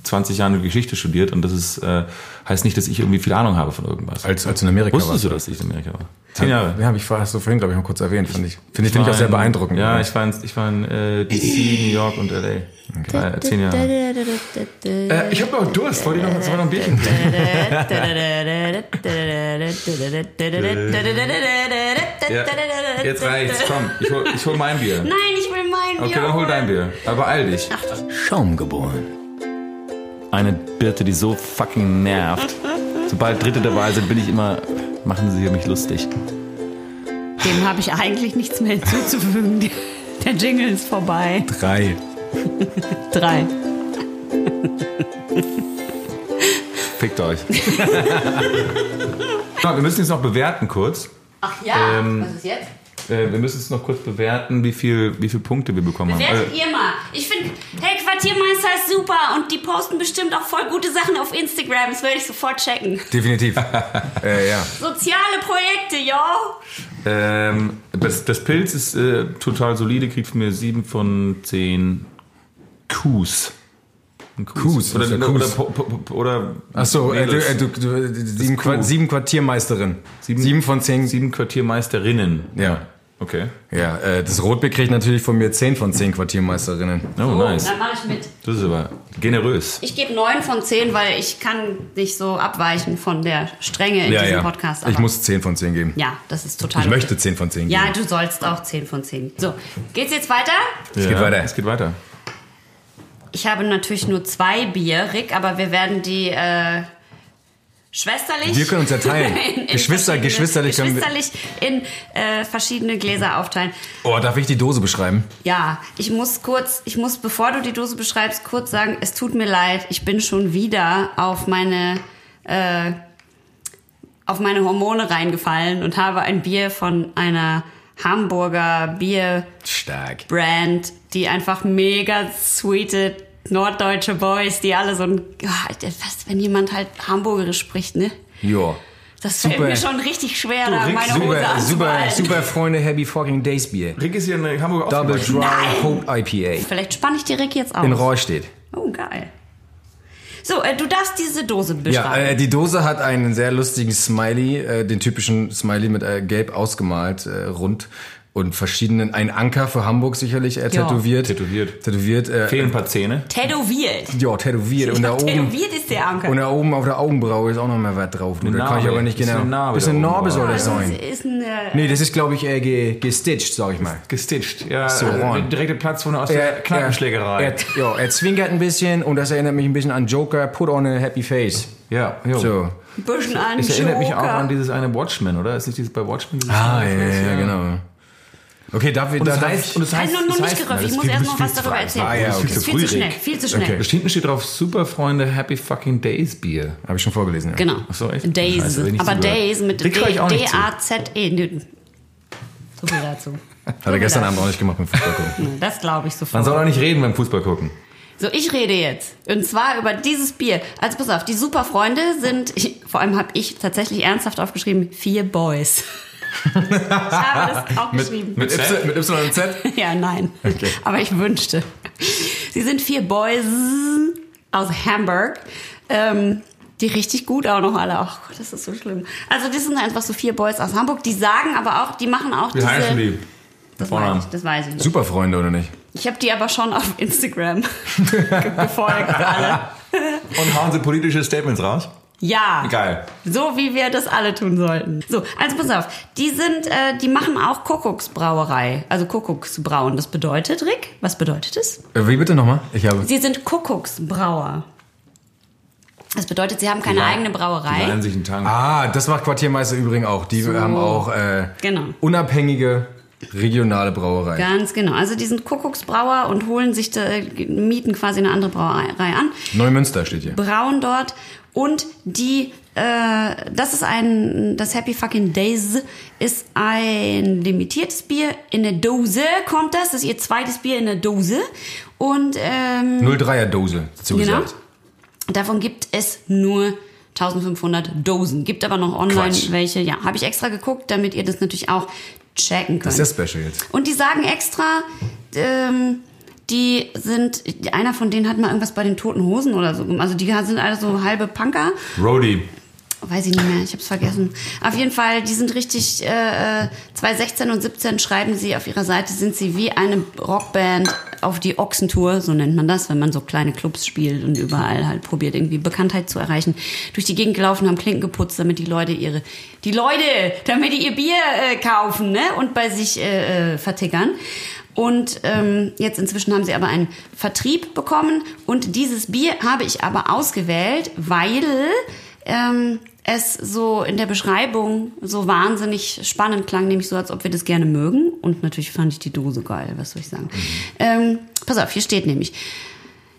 A: 20 Jahren Geschichte studiert und das ist, äh, heißt nicht, dass ich irgendwie viel Ahnung habe von irgendwas.
C: Als, als in Amerika
A: Wusstest du, dass ich in Amerika war? Halt Zehn Jahre.
C: Ja, habe ich vorher so vorhin, glaube ich, mal kurz erwähnt. Finde ich, finde ich, finde ich auch sehr
A: war in-
C: beeindruckend.
A: Ja, ich war in, ich war in äh, DC, New York und LA. Äh, zehn Jahre.
C: äh, ich habe auch Durst. Wollt ihr noch, soll ich noch ein Bierchen?
A: Jetzt reicht's, komm. Ich hol, ich hol mein Bier.
B: Nein, ich will mein Bier.
A: Okay, dann hol dein Bier. Aber eil dich.
C: Schaum geboren.
A: Eine Birte, die so fucking nervt. Sobald Dritte dabei sind, bin ich immer, machen sie mich lustig.
B: Dem habe ich eigentlich nichts mehr hinzuzufügen. [LAUGHS] Der Jingle ist vorbei.
A: Drei.
B: Drei.
A: Fickt
C: [LAUGHS]
A: euch. so, wir müssen jetzt noch bewerten kurz.
B: Ach ja,
A: Ähm,
B: was ist jetzt?
A: Äh, wir müssen jetzt noch kurz bewerten, wie viel, wie viel Punkte wir bekommen haben.
B: Werdet
A: Also,
B: ihr mal. Ich finde, hey, Quartiermeister ist super und die posten bestimmt auch voll gute Sachen auf Instagram. Das werde ich sofort checken.
C: Definitiv. äh, ja.
B: Soziale Projekte, yo.
A: ähm, das, das Pilz ist äh, total solide, kriegt von mir 7 von 10 Kus. Ein
C: Kus,
A: Oder,
C: was für
A: oder,
C: Kus?
A: po- po- po- oder
C: Achso, äh, du,
A: Mädels.
C: äh, du, du, sieben, Qua
A: cool.
C: sieben Quartiermeisterin. Sieben, von zehn.
A: sieben Quartiermeisterinnen.
C: Ja.
A: Okay.
C: Ja, äh, das Rotbild kriegt natürlich von mir zehn von zehn Quartiermeisterinnen.
A: Oh, nice.
B: Dann mache ich mit.
A: Das ist aber generös.
B: Ich gebe 9 von 10, weil ich kann nicht so abweichen von der Strenge in diesem Podcast.
C: ich
B: aber-
C: muss zehn von zehn geben.
B: Ja, das ist total.
C: Ich möchte zehn von zehn
B: Ja, du
C: geben.
B: sollst auch 10 von 10. So, geht's jetzt weiter?
A: Es
C: geht weiter.
A: Es geht weiter.
B: Ich habe natürlich nur zwei Bier, Rick, aber wir werden die äh, schwesterlich.
C: Wir können uns
B: [LAUGHS]
C: ja teilen. Geschwister-
B: verschiedene-
C: geschwisterlich können wir-
B: geschwisterlich in äh, verschiedene Gläser aufteilen.
C: Oh, darf ich die Dose beschreiben?
B: Ja, ich muss kurz, ich muss, bevor du die Dose beschreibst, kurz sagen, es tut mir leid, ich bin schon wieder auf meine, äh, auf meine Hormone reingefallen und habe ein Bier von einer Hamburger Bierbrand,
C: Stark.
B: die einfach mega sweete norddeutsche Boys, die alle so ein, Ah, fast wenn jemand halt Hamburgerisch spricht, ne?
C: Jo.
B: Das
C: Super.
B: fällt mir schon richtig schwer, da
A: Rick,
B: meine Hose
C: Super, super,
B: anzuhalten.
C: super Freunde, Happy Fucking Days Bier.
A: Rick ist hier in Hamburg
C: Double
A: aufgewachsen.
C: Dry Hope IPA.
B: Vielleicht spanne ich die Rick jetzt auf.
C: In Rohr steht.
B: Oh, geil. So, äh, du darfst diese Dose
C: Ja,
B: beschreiben.
C: äh, die Dose hat einen sehr lustigen Smiley, äh, den typischen Smiley mit äh, gelb ausgemalt, äh, rund und verschiedenen, ein Anker für Hamburg sicherlich äh,
B: Ja.
C: tätowiert.
A: Tätowiert.
C: Tätowiert. Äh,
A: Fehlen ein paar Zähne.
B: Tätowiert.
C: ja, tätowiert. Und da oben.
B: Tätowiert ist der Anker.
C: Und da oben auf der Augenbraue ist auch noch mal was drauf. Du,
A: Eine
C: da kann ich
A: Narbe.
C: aber nicht
A: Bisschen
C: genau.
A: Narbe
C: bisschen
A: da oben
C: Narbe soll
A: drauf.
C: das
B: das
C: sein.
B: Also, ist eine,
C: Nee, das ist, glaube ich, äh, ge- gestitcht, sag ich mal.
A: Gestitcht. Ja,
C: So,
A: äh,
C: Ron.
A: direkte Platzwunde aus der Kneipenschlägerei.
C: Er, er, ja, er zwinkert ein bisschen und das erinnert mich ein bisschen an Joker, put on a happy face.
A: ja, jo.
C: So.
B: ein bisschen an
A: Es erinnert mich auch
B: Joker.
A: an dieses eine Watchmen, oder? Ist nicht dieses bei Watchmen? Dieses
C: Ah, ja, ja, ja, genau. Okay, darf ich,
A: Und
C: da,
A: das
C: darf
A: heißt,
C: ich,
A: und das heißt,
B: Also noch
A: das
B: nicht
A: heißt,
B: geröffelt.
A: das
B: Ich muss
A: viel-
B: erst
A: das
B: noch
A: viel
B: was
A: zu
B: darüber
A: frei.
B: erzählen.
C: Ah, ja,
B: Das
C: okay.
B: ist Viel zu
A: Frühling.
B: schnell, viel zu schnell.
C: Okay.
A: Das hinten steht drauf Super Freunde Happy Fucking Days Bier.
C: habe ich schon vorgelesen. Ja.
B: Genau.
A: Ach so, echt?
B: Days.
A: Scheiße, hab ich nicht
B: Aber
A: zugehört.
B: Days mit
A: Rick höre ich auch nicht zu.
B: D-A-Z-E. Nö. So viel dazu.
C: Hat er gestern Abend auch nicht gemacht mit Fußball gucken.
B: Das glaube ich
A: Man
B: sofort.
A: soll auch nicht reden beim Fußball gucken.
B: So, ich rede jetzt. Und zwar über dieses Bier. Also pass auf, die Superfreunde sind, ich, vor allem habe ich tatsächlich ernsthaft aufgeschrieben, vier Boys. [LAUGHS] ich habe das auch geschrieben.
A: Mit Y-
C: mit y und Z?
B: ja, nein. Aber ich wünschte. Sie sind vier Boys aus Hamburg. Ähm, die richtig gut auch noch alle. Ach Gott, das ist so schlimm. Also das sind einfach so vier Boys aus Hamburg. Die sagen aber auch, die machen auch diese... Das weiß ich, das weiß ich nicht.
C: Super Freunde, oder nicht?
B: Ich habe die aber schon auf [LAUGHS] Instagram gefolgt alle.
A: Und hauen sie politische Statements raus?
B: Ja.
A: Geil.
B: So wie wir das alle tun sollten. So, also pass auf. Die sind, äh, die machen auch Kuckucksbrauerei. Also Kuckucksbrauen. Das bedeutet, Rick, was bedeutet es?
C: Äh, Wie bitte nochmal? Ich habe.
B: Sie sind Kuckucksbrauer. Das bedeutet, sie haben keine eigene
A: Die leihen
B: Brauerei.
A: sich einen Tank.
C: Ah, das macht Quartiermeister übrigens auch. Die haben auch äh,
B: Genau.
C: unabhängige regionale Brauereien.
B: Ganz genau. Also die sind Kuckucksbrauer und holen sich, da, äh, mieten quasi eine andere Brauerei an.
C: Neumünster steht hier.
B: brauen dort und die äh, das ist ein das Happy Fucking Days ist ein limitiertes Bier in der Dose kommt das das ist ihr zweites Bier in der Dose und ähm,
C: 03er Dose
B: genau
C: zugesagt.
B: davon gibt es nur 1500 Dosen gibt aber noch online
C: Quatsch.
B: welche ja habe ich extra geguckt damit ihr das natürlich auch checken könnt
C: Das ist ja special jetzt.
B: und die sagen extra, ähm, die sind, einer von denen hat mal irgendwas bei den Toten Hosen oder so. gemacht. Also die sind alle so halbe Punker.
A: Roadie.
B: Weiß ich nicht mehr, ich hab's vergessen. Auf jeden Fall, die sind richtig, äh, äh, 2016 und 17 schreiben sie auf ihrer Seite, sind sie wie eine Rockband auf die Ochsentour, so nennt man das, wenn man so kleine Clubs spielt und überall halt probiert, irgendwie Bekanntheit zu erreichen. Durch die Gegend gelaufen, haben Klinken geputzt, damit die Leute ihre, die Leute, damit die ihr Bier äh, kaufen, ne, und bei sich äh, äh, vertickern. Und ähm, jetzt inzwischen haben sie aber einen Vertrieb bekommen. Und dieses Bier habe ich aber ausgewählt, weil ähm, es so in der Beschreibung so wahnsinnig spannend klang, nämlich so, als ob wir das gerne mögen. Und natürlich fand ich die Dose geil, was soll ich sagen. Ähm, pass auf, hier steht nämlich.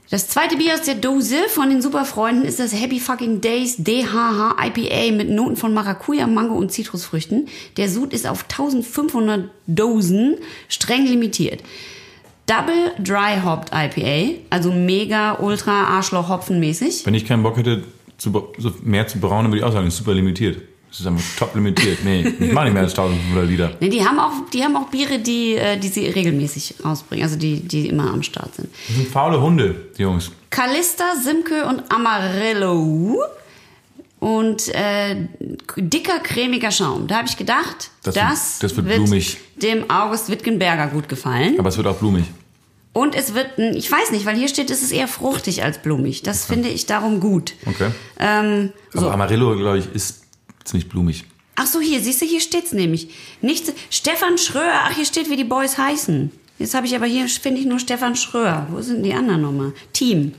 B: Das zweite Bier aus der Dose von den Superfreunden ist das Happy Fucking Days DHH IPA mit Noten von Maracuja, Mango und Zitrusfrüchten. Der Sud ist auf 1500 Dosen streng limitiert. Double Dry Hopped IPA, also mega ultra Arschloch Hopfen mäßig.
A: Wenn ich keinen Bock hätte, zu, bra- so mehr zu brauen, dann würde ich auch sagen, das ist super limitiert. Das ist einfach top limitiert. Nee,
B: [LAUGHS]
A: ich mache nicht mehr als 1500 Liter.
B: Ne, die haben auch die haben auch Biere, die äh, die sie regelmäßig rausbringen, also die die immer am Start sind.
A: Das sind faule Hunde, die Jungs.
B: Callista, Simke und Amarillo. Und äh, dicker, cremiger Schaum. Da habe ich gedacht,
A: Das
B: das,
A: wird- das wird blumig.
B: dem August Wittgenberger gut gefallen.
A: Aber es wird auch blumig.
B: Und es wird, ein- ich weiß nicht, weil hier steht, es ist eher fruchtig als blumig. Das finde ich darum gut.
A: Ah. Okay.
B: Ähm,
A: Aber
B: so.
A: Amarillo, glaube ich, ist ziemlich blumig.
B: Ach so, hier, siehst du, hier steht's nämlich. Nicht Stefan Schröer, ach, hier steht, wie die Boys heißen. Jetzt habe ich aber hier, finde ich, nur Stefan Schröer. Wo sind die anderen nochmal? Team.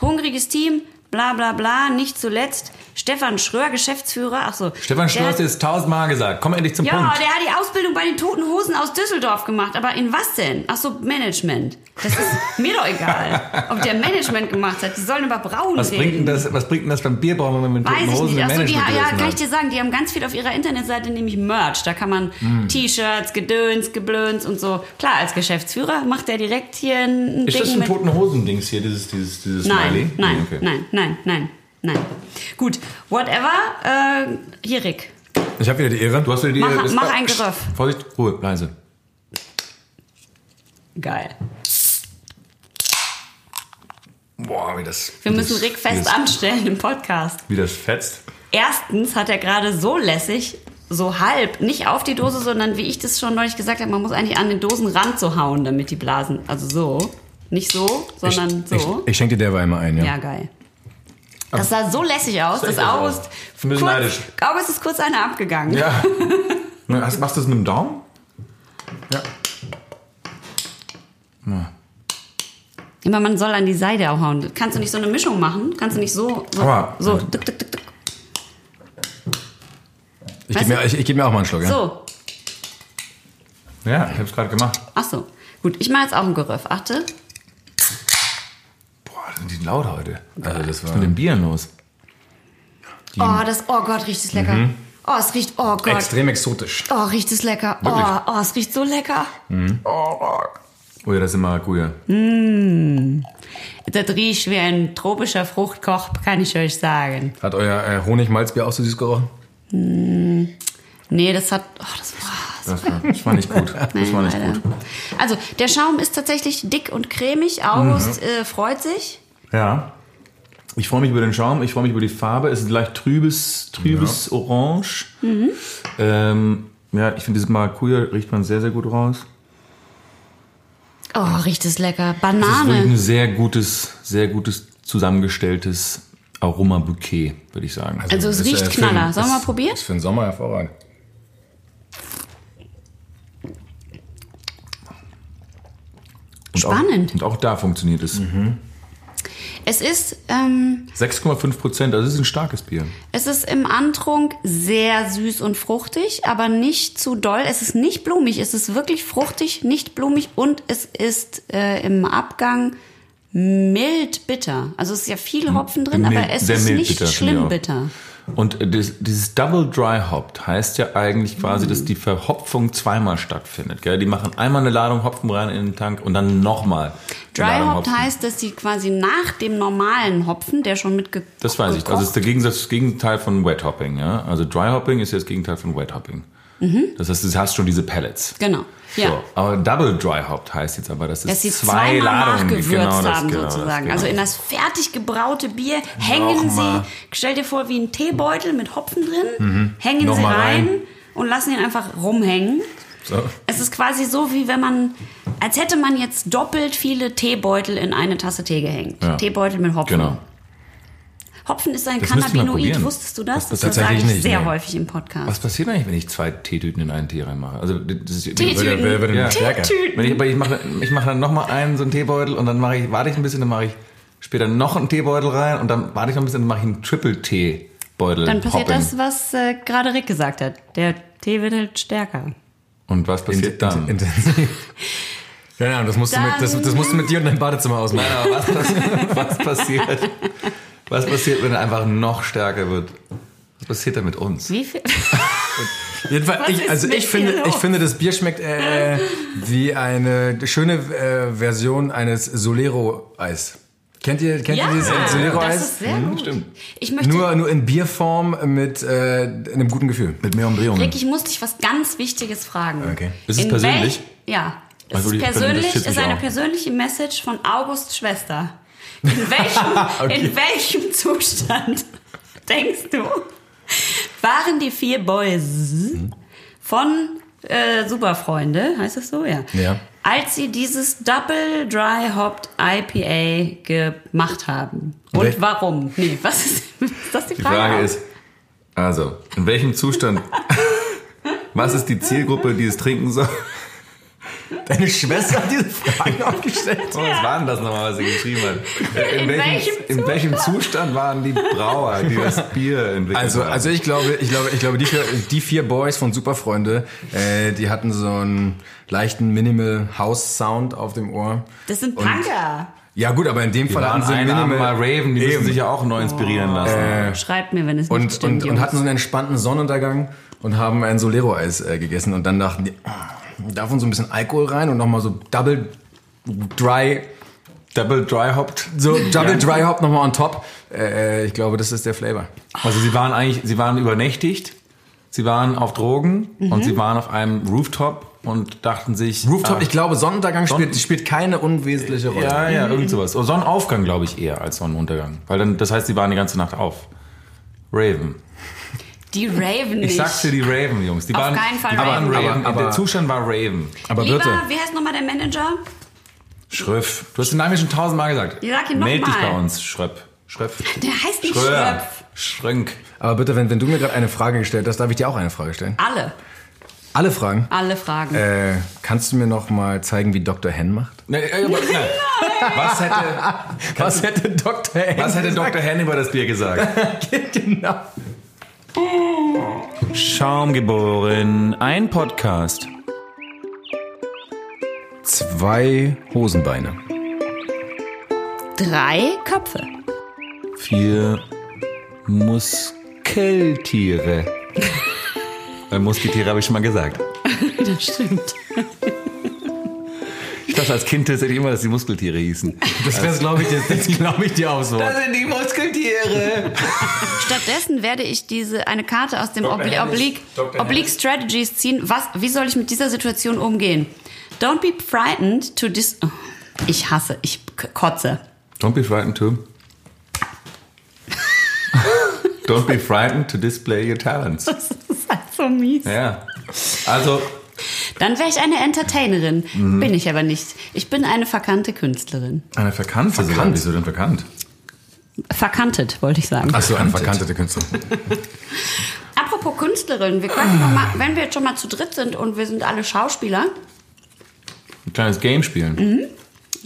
B: Hungriges Team, bla bla bla, nicht zuletzt Stefan Schröer, Geschäftsführer. Ach so.
A: Stefan Schröer
B: Der-
A: hat es tausendmal gesagt. Komm endlich zum
B: Ja,
A: Punkt.
B: der hat die Ausbildung bei den Toten Hosen aus Düsseldorf gemacht. Aber in was denn? Ach so, Management. Das ist mir doch egal, ob der Management gemacht hat. Die sollen über Brauen
A: Was
B: reden.
A: bringt, denn das, was bringt denn das beim Bierbrauen, wenn man mit toten
B: Weiß ich
A: Hosen
B: nicht.
A: im
B: Achso, die,
A: Management
B: ja,
A: gesessen
B: kann
A: hat?
B: ich dir sagen, die haben ganz viel auf ihrer Internetseite, nämlich Merch. Da kann man
A: Hm.
B: T-Shirts, Gedöns, Geblöns und so. Klar, als Geschäftsführer macht der direkt hier ein
A: Ist
B: Ding
A: das ein
B: mit.
A: toten Hosen-Dings hier, dieses, dieses, dieses Smiley?
B: nein, nein,
A: Nee, okay.
B: nein, nein, nein, nein. Gut, whatever. Äh, hier, Rick.
C: Ich habe wieder die Ehre.
A: Du hast wieder die
B: Mach-
A: das-
B: mach
A: ah,
B: ein
A: pst,
B: Geröff.
A: Vorsicht, Ruhe, leise.
B: Geil.
C: Boah, wie das.
B: Wir
A: Wie
B: müssen
A: das-
B: Rick
A: wie
B: fest
A: das-
B: anstellen im Podcast.
A: Wie das fetzt.
B: Erstens hat er gerade so lässig, so halb, nicht auf die Dose, sondern wie ich das schon neulich gesagt habe, man muss eigentlich an den Dosenrand so hauen, damit die Blasen, also so, nicht so, sondern
C: ich,
B: so.
C: Ich, ich schenke dir derweil mal ein, ja.
B: ja, geil. Das sah so lässig aus,
A: Das
B: dass
A: sah echt aus.
B: August,
A: Ein bisschen neidisch.
B: kurz, August ist kurz einer abgegangen. [LAUGHS]
A: Ja. Na, hast- Machst du das mit dem Daumen? Ja.
B: Aber man soll an die Seite auch hauen. Kannst du nicht so eine Mischung machen? Kannst du nicht so, so,
A: Aber-
B: so, tuk, tuk, tuk, tuk.
C: Ich
B: Weißt
C: gebe mir, ich, ich geb mir auch mal einen Schluck, ja.
B: so,
A: Ja, ich hab's gerade gemacht.
B: ach so. Gut, ich mache jetzt auch ein Geröff, achte.
A: Boah, sind die laut heute.
C: Also das
A: Was ist
C: war
A: mit den Bieren los? Hm.
B: Oh, das, oh Gott, riecht es lecker.
A: Mhm.
B: Oh, es riecht, oh Gott.
C: extrem exotisch.
B: Oh, riecht es lecker.
A: Wirklich?
B: Oh, oh, es riecht so lecker.
A: Oh ja, das sind Maracuja.
B: Das riecht wie ein tropischer Fruchtkoch, kann ich euch sagen.
C: Hat euer äh, Honigmalzbier auch so süß gerochen?
B: Nee, das hat. Oh, das war.
A: Das war, das war nicht
B: [LAUGHS]
A: gut. Das war nicht
B: Nein,
A: gut.
B: leider. Also, der Schaum ist tatsächlich dick und cremig. August
A: Mhm.
B: äh, freut sich.
A: Ja. Ich freue mich über den Schaum, ich freue mich über die Farbe. Es ist ein leicht trübes, trübes Orange.
B: Mhm.
A: Ähm, ja, ich finde, dieses Maracuja riecht man sehr, sehr gut raus.
B: Oh, riecht es lecker.
A: Das ist wirklich
B: Banane.
A: ein sehr gutes, sehr gutes zusammengestelltes Aromabouquet, würde ich sagen.
B: Also, es
C: ist,
B: riecht
C: äh, für
B: knaller.
C: den-
B: Sollen wir mal
C: ist-
B: probieren?
C: Ist für den Sommer hervorragend.
A: Und
B: spannend.
A: Auch, und auch da funktioniert es.
B: Es ist, ähm,
A: 6,5 Prozent, also es ist ein starkes Bier.
B: es ist im Antrunk sehr süß und fruchtig, aber nicht zu doll. Es ist nicht blumig. Es ist wirklich fruchtig, nicht blumig und es ist äh, im Abgang mild bitter. Also es ist ja viel Hopfen drin,
A: Mild-
B: aber es
A: sehr
B: ist
A: mild
B: nicht
A: bitter, finde ich
B: schlimm
A: auch.
B: bitter.
A: Und äh, das, dieses Double Dry Hopped heißt ja eigentlich quasi, dass die Verhopfung zweimal stattfindet. Gell? Die machen einmal eine Ladung Hopfen rein in den Tank und dann nochmal. eine
B: Dry
A: Ladung
B: Hopped
A: Genau, Hopfen.
B: heißt, dass sie quasi nach dem normalen Hopfen, der schon mitge
A: Das weiß ich. Also es ist der Gegensatz, das Gegenteil von Wet Hopping. Ja? Also Dry Hopping ist ja das Gegenteil von Wet Hopping.
B: Mhm.
A: Das heißt, du hast schon diese Pellets.
B: Genau. Ja.
A: So, aber Double Dry Hopped heißt jetzt aber, dass es
B: Dass sie
A: zwei
B: zweimal
A: Ladungen gibt.
B: nachgewürzt
A: das-
B: haben,
A: das,
B: sozusagen.
A: genau.
B: Also in das fertig gebraute Bier
A: Noch
B: hängen
A: mal. Mhm.
B: sie, stell dir vor, wie ein Teebeutel mit Hopfen drin, hängen
A: Noch
B: sie
A: mal rein.
B: rein, und lassen ihn einfach rumhängen.
C: So.
B: Es ist quasi so, wie wenn man, als hätte man jetzt doppelt viele Teebeutel in eine Tasse Tee gehängt.
A: Ja.
B: Teebeutel mit Hopfen.
A: Genau.
B: Hopfen ist ein
A: Das müsste ich mal
B: Cannabinoid.
A: probieren.
B: Wusstest du das?
A: Das- das
B: sage
C: tatsächlich
B: ich
C: nicht,
B: sehr
C: nee.
B: häufig im Podcast.
A: Was passiert eigentlich, wenn ich zwei Teetüten in einen Tee reinmache? Also, das ist
B: Teetüten.
C: Wer wird denn
A: Ja.
C: stärker?
A: Wenn ich, aber ich mache ich mache dann nochmal einen, so einen Teebeutel und dann mache ich, warte ich ein bisschen, dann mache ich später noch einen Teebeutel rein und dann warte ich noch ein bisschen, dann mache ich einen Triple-Teebeutel.
B: Dann passiert
A: Hopping.
B: das, was äh, gerade Rick gesagt hat. Der Tee wird halt stärker.
A: Und was
C: In-
A: passiert dann?
C: in- Intensiv. [LAUGHS] Keine Ahnung, das musst, du mit, das, das musst du mit dir und deinem Badezimmer ausmachen.
A: Nein, aber was, pass- [LAUGHS] was passiert? Was passiert, wenn er einfach noch stärker wird? Was passiert da mit uns?
B: Wie viel?
C: Jedenfalls,
B: Was
C: ich,
B: ist
C: also
B: mit
C: ich finde,
B: dir
C: ich
B: los?
C: finde, das Bier schmeckt äh, wie eine schöne äh, Version eines Solero-Eis. Kennt ihr, kennt
B: ja,
C: ihr dieses
B: das
C: Solero-Eis?
B: ist sehr gut.
A: stimmt.
B: Ich möchte,
C: Nur, nur in Bierform mit äh, einem guten Gefühl.
A: Mit mehr Umdrehungen.
B: Rick, ich muss dich was ganz Wichtiges fragen.
C: Okay.
A: Hm. Ist es
B: In
A: persönlich?
B: Welch, ja. Es
A: Also,
B: ist
A: die- das
B: persönlich,
A: interessiert
B: ist
A: mich
B: eine
A: auch.
B: persönliche Message von Augusts
A: [LAUGHS]
B: Schwester. In welchem, in welchem Zustand, [LAUGHS] denkst du, waren die vier Boys von äh, Superfreunde, heißt es so, ja.
C: Ja.
B: Als sie dieses Double Dry Hopped IPA gemacht haben. Und
C: Wel-
B: warum? Nee, was ist, [LAUGHS] ist das die
A: Die
B: Frage?
A: Frage ist, also, in welchem
B: [LAUGHS]
A: Zustand, was ist die Zielgruppe, die es trinken soll?
C: Deine Schwester hat diese Frage aufgestellt.
A: Oh, was war denn das nochmal, was sie geschrieben hat? Äh,
B: In welchem
A: in welchem Zustand waren die Brauer, die das Bier entwickelt
C: Also,
A: haben?
C: also ich glaube, ich glaube, ich glaube, die vier, die vier Boys von Superfreunde, äh, die hatten so einen leichten Minimal House Sound auf dem Ohr.
B: Das sind
C: Und-
B: Punker.
C: Ja gut, aber in dem Fall hatten
A: waren Oh.
C: sie
A: ein
C: Minimal
A: mal Raven, die müssen
C: Eben.
A: sich ja auch neu inspirieren lassen.
B: Schreibt mir, wenn es nicht
C: und,
B: stimmt.
C: und, und
B: Jungs.
C: hatten so einen entspannten Sonnenuntergang und haben ein Solero-Eis äh, gegessen und dann dachten die, ah, davon so ein bisschen Alkohol rein und nochmal so Double Dry,
A: Double dry hopped.
C: so Double Dry Hop nochmal on top. Äh, äh, ich glaube, das ist der Flavor.
A: Also sie waren eigentlich, sie waren übernächtigt, sie waren auf Drogen
B: Mhm.
A: und sie waren auf einem Rooftop und dachten sich.
C: Rooftop,
A: ah,
C: ich glaube, Sonnenuntergang
A: Sonnen-
C: spielt, spielt keine unwesentliche Rolle.
A: Ja, ja,
B: Mhm.
A: irgend sowas. Oh, Sonnenaufgang glaube ich eher als Sonnenuntergang. Weil dann, das heißt, sie waren die ganze Nacht auf. Raven.
B: Die Raven nicht.
A: Ich sag's dir, die Raven, Jungs. Die
B: Auf
A: waren,
B: keinen Fall
A: die waren
B: Raven.
A: Raven.
C: Aber- aber-
A: der Zustand war Raven.
C: Aber
B: Lieber,
C: bitte.
B: wie heißt nochmal der Manager?
A: Schröff. Du hast den Namen ja schon tausendmal gesagt.
B: Ich sag ihn noch
A: Meld dich bei
B: mal.
A: uns, Schröpp. Schröpp.
B: Der heißt nicht
A: Schröpp.
B: Schröpf.
A: Schrönk.
C: Aber bitte, wenn, wenn du mir gerade eine Frage gestellt hast, darf ich dir auch eine Frage stellen?
B: Alle,
C: Alle Fragen.
B: alle Fragen.
C: Äh, kannst du mir noch mal zeigen, wie Dr. Hen macht?
A: Nee, äh, aber- nein. Was hätte,
C: Was hätte Dr. Hen
A: was hätte Dr. Hen über das Bier gesagt?
C: Hen genau?
A: Schaumgeboren, ein Podcast.
C: Zwei Hosenbeine.
B: Drei Köpfe.
A: Vier [LAUGHS] Muskeltiere. Äh, Musketiere habe ich schon mal gesagt.
B: Das stimmt.
A: Ich dachte als Kind tatsächlich immer, dass die Muskeltiere hießen.
C: Das, das glaube ich, dir- das glaub ich dir auch so.
A: sind die Muskeltiere.
B: Stattdessen werde ich diese eine Karte aus dem
C: Dr.
B: Obli
C: Hennig.
B: Oblique,
C: Dr.
B: Oblique Strategies ziehen. Was, wie soll ich mit dieser Situation umgehen? Don't be frightened to dis. Oh, ich hasse, ich k- kotze.
A: Don't be frightened to. Don't be frightened to display your talents.
B: Das ist halt so mies.
A: Ja. Also,
B: Dann wäre ich eine Entertainerin.
C: Mhm.
B: Bin ich aber nicht. Ich bin eine verkannte Künstlerin.
A: eine Verkannte. sogar.
C: Verkannt.
A: Wieso denn verkannt?
B: Verkantet, wollte ich sagen.
C: Achso, ein verkannter Künstler.
B: Apropos Künstlerin, wir können noch mal, wenn wir jetzt schon mal zu dritt sind und wir sind alle Schauspieler,
A: Ein kleines Game spielen. Mhm.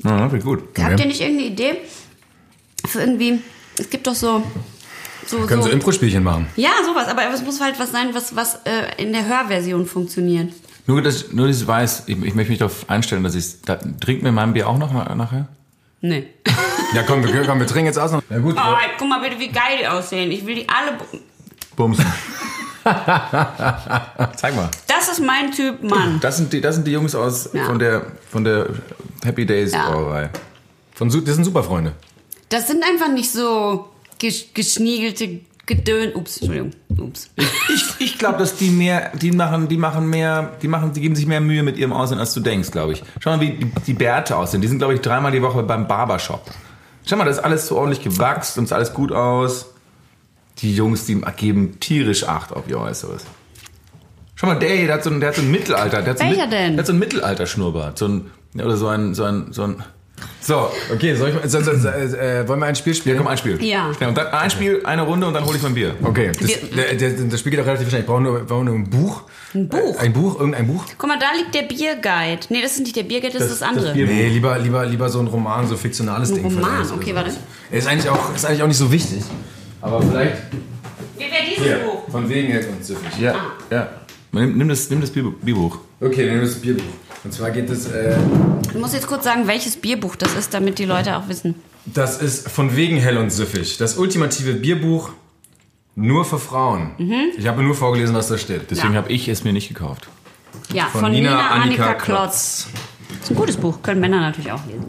A: Ja, finde ich gut.
B: habt ihr nicht irgendeine Idee für irgendwie, es gibt doch so... so,
C: Können so
B: so
C: Impro-Spielchen machen.
B: ja, sowas, aber es muss halt was sein, was, was äh, in der Hörversion funktioniert.
A: Nur, dass, nur, dass ich weiß, ich, ich möchte mich darauf einstellen, dass ich da, Trinken wir mein Bier auch noch mal nachher?
B: Nee.
C: Ja, komm, wir,
B: [LAUGHS]
C: komm, wir trinken jetzt aus. noch- Na gut.
B: Oh, guck mal bitte, wie geil die aussehen. Ich will die alle...
A: Bums. [LAUGHS] Zeig mal.
B: Das ist mein Typ, Mann.
A: Das sind die, das sind die Jungs aus
B: Ja.
A: von, der, von der Happy Days
B: Ja.
A: Brauerei.
C: Von, Su- das sind super Freunde.
B: Das sind einfach nicht so gesch geschniegelte Gedön... Ups, Entschuldigung. Ups.
A: Ich, ich glaube, dass die mehr, die machen, die machen mehr, die machen, die geben sich mehr Mühe mit ihrem Aussehen, als du denkst, glaube ich. Schau mal, wie die, die Bärte aussehen. Die sind, glaube ich, dreimal die Woche beim Barbershop. Schau mal, das ist alles so ordentlich gewachst und sieht alles gut aus. Die Jungs, die geben tierisch Acht auf ihr Äußeres. Schau mal, der hier, der hat so ein, der hat so ein Mittelalter. Der hat so ein,
B: Welcher
A: Mit-
B: denn?
A: Der hat so ein Mittelalter-Schnurrbart. So ein, oder so ein, so ein, so ein,
C: So, okay, soll ich mal, so, so, so, äh, wollen wir ein Spiel
A: Ja,
C: spielen?
A: komm, ein Spiel.
B: Ja.
A: Schnell, und dann ein Spiel, eine Runde und dann hole ich mein Bier.
C: Okay, das,
B: Wir-
C: der, der, das Spiel geht auch relativ schnell. Ich brauche nur, wir brauchen nur ein Buch. Ein
B: Buch?
C: Ein Buch, irgendein Buch.
B: Guck mal, da liegt der Bierguide. Nee, das ist nicht der Bierguide, das, ist das andere.
A: Bier-
C: Nee, lieber, lieber, lieber so ein Roman, so fiktionales
B: Ein
C: Ding.
B: Roman,
C: vielleicht oder
B: okay,
C: sowas.
B: warte.
C: Ist eigentlich, auch, ist eigentlich auch nicht so wichtig. Aber vielleicht.
B: Wie wäre dieses Ah.
C: Hier, von wegen jetzt und süffig.
A: ja, ja. Nimm, nimm das, nimm das Bier, Bierbuch.
C: Okay, dann nehmen wir das Bierbuch. Und zwar geht es. Äh,
B: Du musst jetzt kurz sagen, welches Bierbuch das ist, damit die Leute auch wissen.
C: das ist von wegen hell und süffig. Das ultimative Bierbuch nur für Frauen. Ich habe nur vorgelesen, was da steht.
A: Deswegen
B: Mhm. Ja.
A: habe ich es mir nicht gekauft.
B: Ja, von, Nina, Annika, Klotz. Das ist ein gutes Buch, können Männer natürlich auch lesen.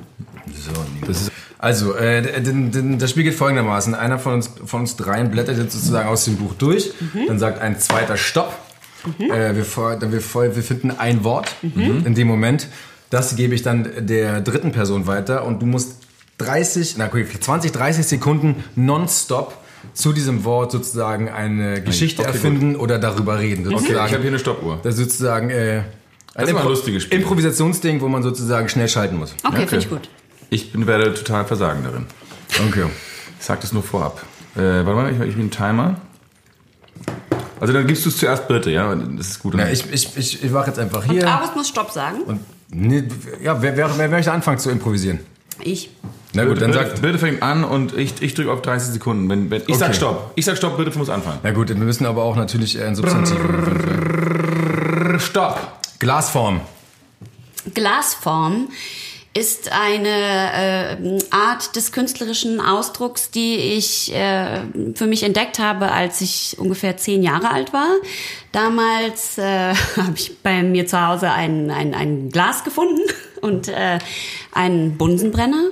C: So, das ist also, äh, d- d- d- das Spiel geht folgendermaßen. Einer von uns, von uns dreien blättert jetzt sozusagen aus dem Buch durch. Dann sagt ein zweiter Stopp. Äh, wir, fol- dann wir, fol- wir finden ein Wort in dem Moment. Das gebe ich dann der dritten Person weiter. Und du musst 30, na okay, 20, 30 Sekunden nonstop zu diesem Wort sozusagen eine Geschichte
A: Okay, gut.
C: erfinden oder darüber reden.
A: Okay, ich
C: Sozusagen.
A: habe hier eine Stoppuhr.
C: das ist sozusagen äh, ein
A: ist immer ein
C: Impro-
A: lustiges Spiel.
C: Improvisationsding, wo man sozusagen schnell schalten muss.
B: Okay,
A: Okay.
B: finde ich gut.
A: Ich bin, werde total versagen darin.
C: Okay.
A: Ich sag das nur vorab. Äh, warte mal, ich mache einen Timer. Also dann gibst du es zuerst Britte, ja? Das ist gut.
C: Ja, ich, ich, ich, ich mache jetzt einfach
B: Und
C: hier.
B: August muss Stopp sagen.
C: Und, nee, ja, wer, wer, wer möchte anfangen zu improvisieren?
B: Ich.
C: Na gut, dann
A: Britte,
C: sagt.
A: Britte fängt an und ich, ich drücke auf 30 Sekunden. Wenn, wenn, ich sag
C: Okay.
A: Stopp. Ich sag Stopp, Britte muss anfangen.
C: Na gut, wir müssen aber auch natürlich äh, ein Substantiv.
A: Stopp!
C: Glasform.
B: Glasform ist eine äh, Art des künstlerischen Ausdrucks, die ich äh, für mich entdeckt habe, als ich ungefähr zehn Jahre alt war. Damals äh, [LAUGHS] habe ich bei mir zu Hause ein, ein, ein Glas gefunden [LAUGHS] und äh, einen Bunsenbrenner.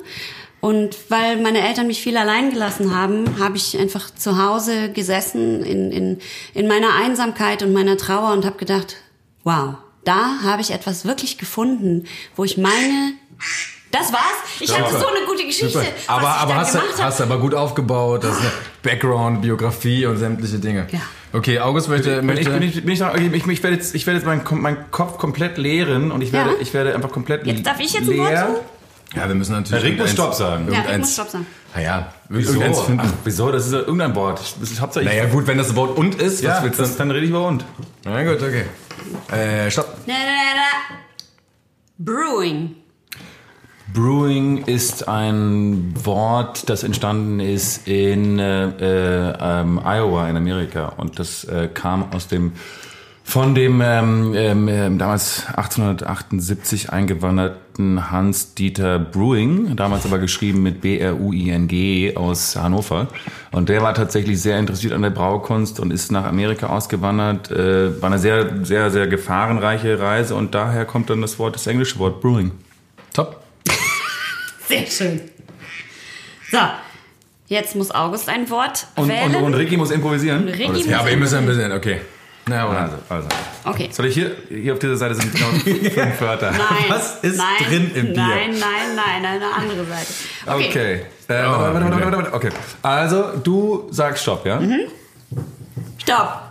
B: Und weil meine Eltern mich viel allein gelassen haben, habe ich einfach zu Hause gesessen in, in, in meiner Einsamkeit und meiner Trauer und habe gedacht, wow, da habe ich etwas wirklich gefunden, wo ich meine... Das war's? Ich hatte so eine gute Geschichte,
C: Aber,
B: was ich
C: aber
B: dann
C: hast, du,
B: gemacht
C: hast du
B: habe.
C: aber gut aufgebaut, das ist eine Background, Biografie und sämtliche Dinge.
B: Ja.
C: Okay, August möchte.
A: Ich,
C: möchte
A: bin, ich, bin ich, noch- ich, ich werde jetzt, ich werde jetzt meinen Kom- meinen Kopf komplett leeren und ich werde,
B: Ja.
A: ich werde einfach komplett
B: Jetzt darf ich jetzt ein Wort
A: leer.
B: sagen?
C: ja, wir müssen natürlich.
A: Rick muss
C: irgendeins-
A: Stopp sagen. Ja,
B: Rick muss
C: irgendeins-
B: Stopp sagen.
C: Ah ja,
A: Wieso?
C: irgendeins
A: Ach,
C: finden.
A: wieso? Das ist ja irgendein Wort. Das ist hauptsächlich.
C: Naja, gut, wenn das Wort und ist, was
A: ja,
C: willst du
A: das, dann rede ich über und.
C: Na gut, okay. Äh, stopp.
B: Na, na, na, na. Brewing.
A: Brewing ist ein Wort, das entstanden ist in äh, äh, ähm, Iowa in Amerika und das äh, kam aus dem von dem ähm, ähm, ähm, damals 1878 eingewanderten Hans Dieter Brewing, damals aber geschrieben mit B R U I N G aus Hannover und der war tatsächlich sehr interessiert an der Braukunst und ist nach Amerika ausgewandert, äh, war eine sehr sehr sehr gefahrenreiche Reise und daher kommt dann das Wort das englische Wort Brewing.
C: Top.
B: Sehr schön. So, jetzt muss August ein Wort
A: Und,
B: wählen.
A: und, und Ricky muss improvisieren.
B: Ricky
A: Oder das-
B: muss-
C: Ja, aber ihr müsst ja ein bisschen, okay. Na, aber
A: Also, also.
B: okay.
A: Soll ich hier, hier auf dieser Seite sind genau
B: [LAUGHS]
A: fünf Wörter.
B: Nein,
C: [LAUGHS] Was ist
B: nein,
C: drin im Bier?
B: Nein, nein, nein, eine andere Seite. Okay.
A: Okay. Äh, warte, warte, warte, warte, warte, okay. Mhm. Also, du sagst Stopp, ja?
B: Stopp.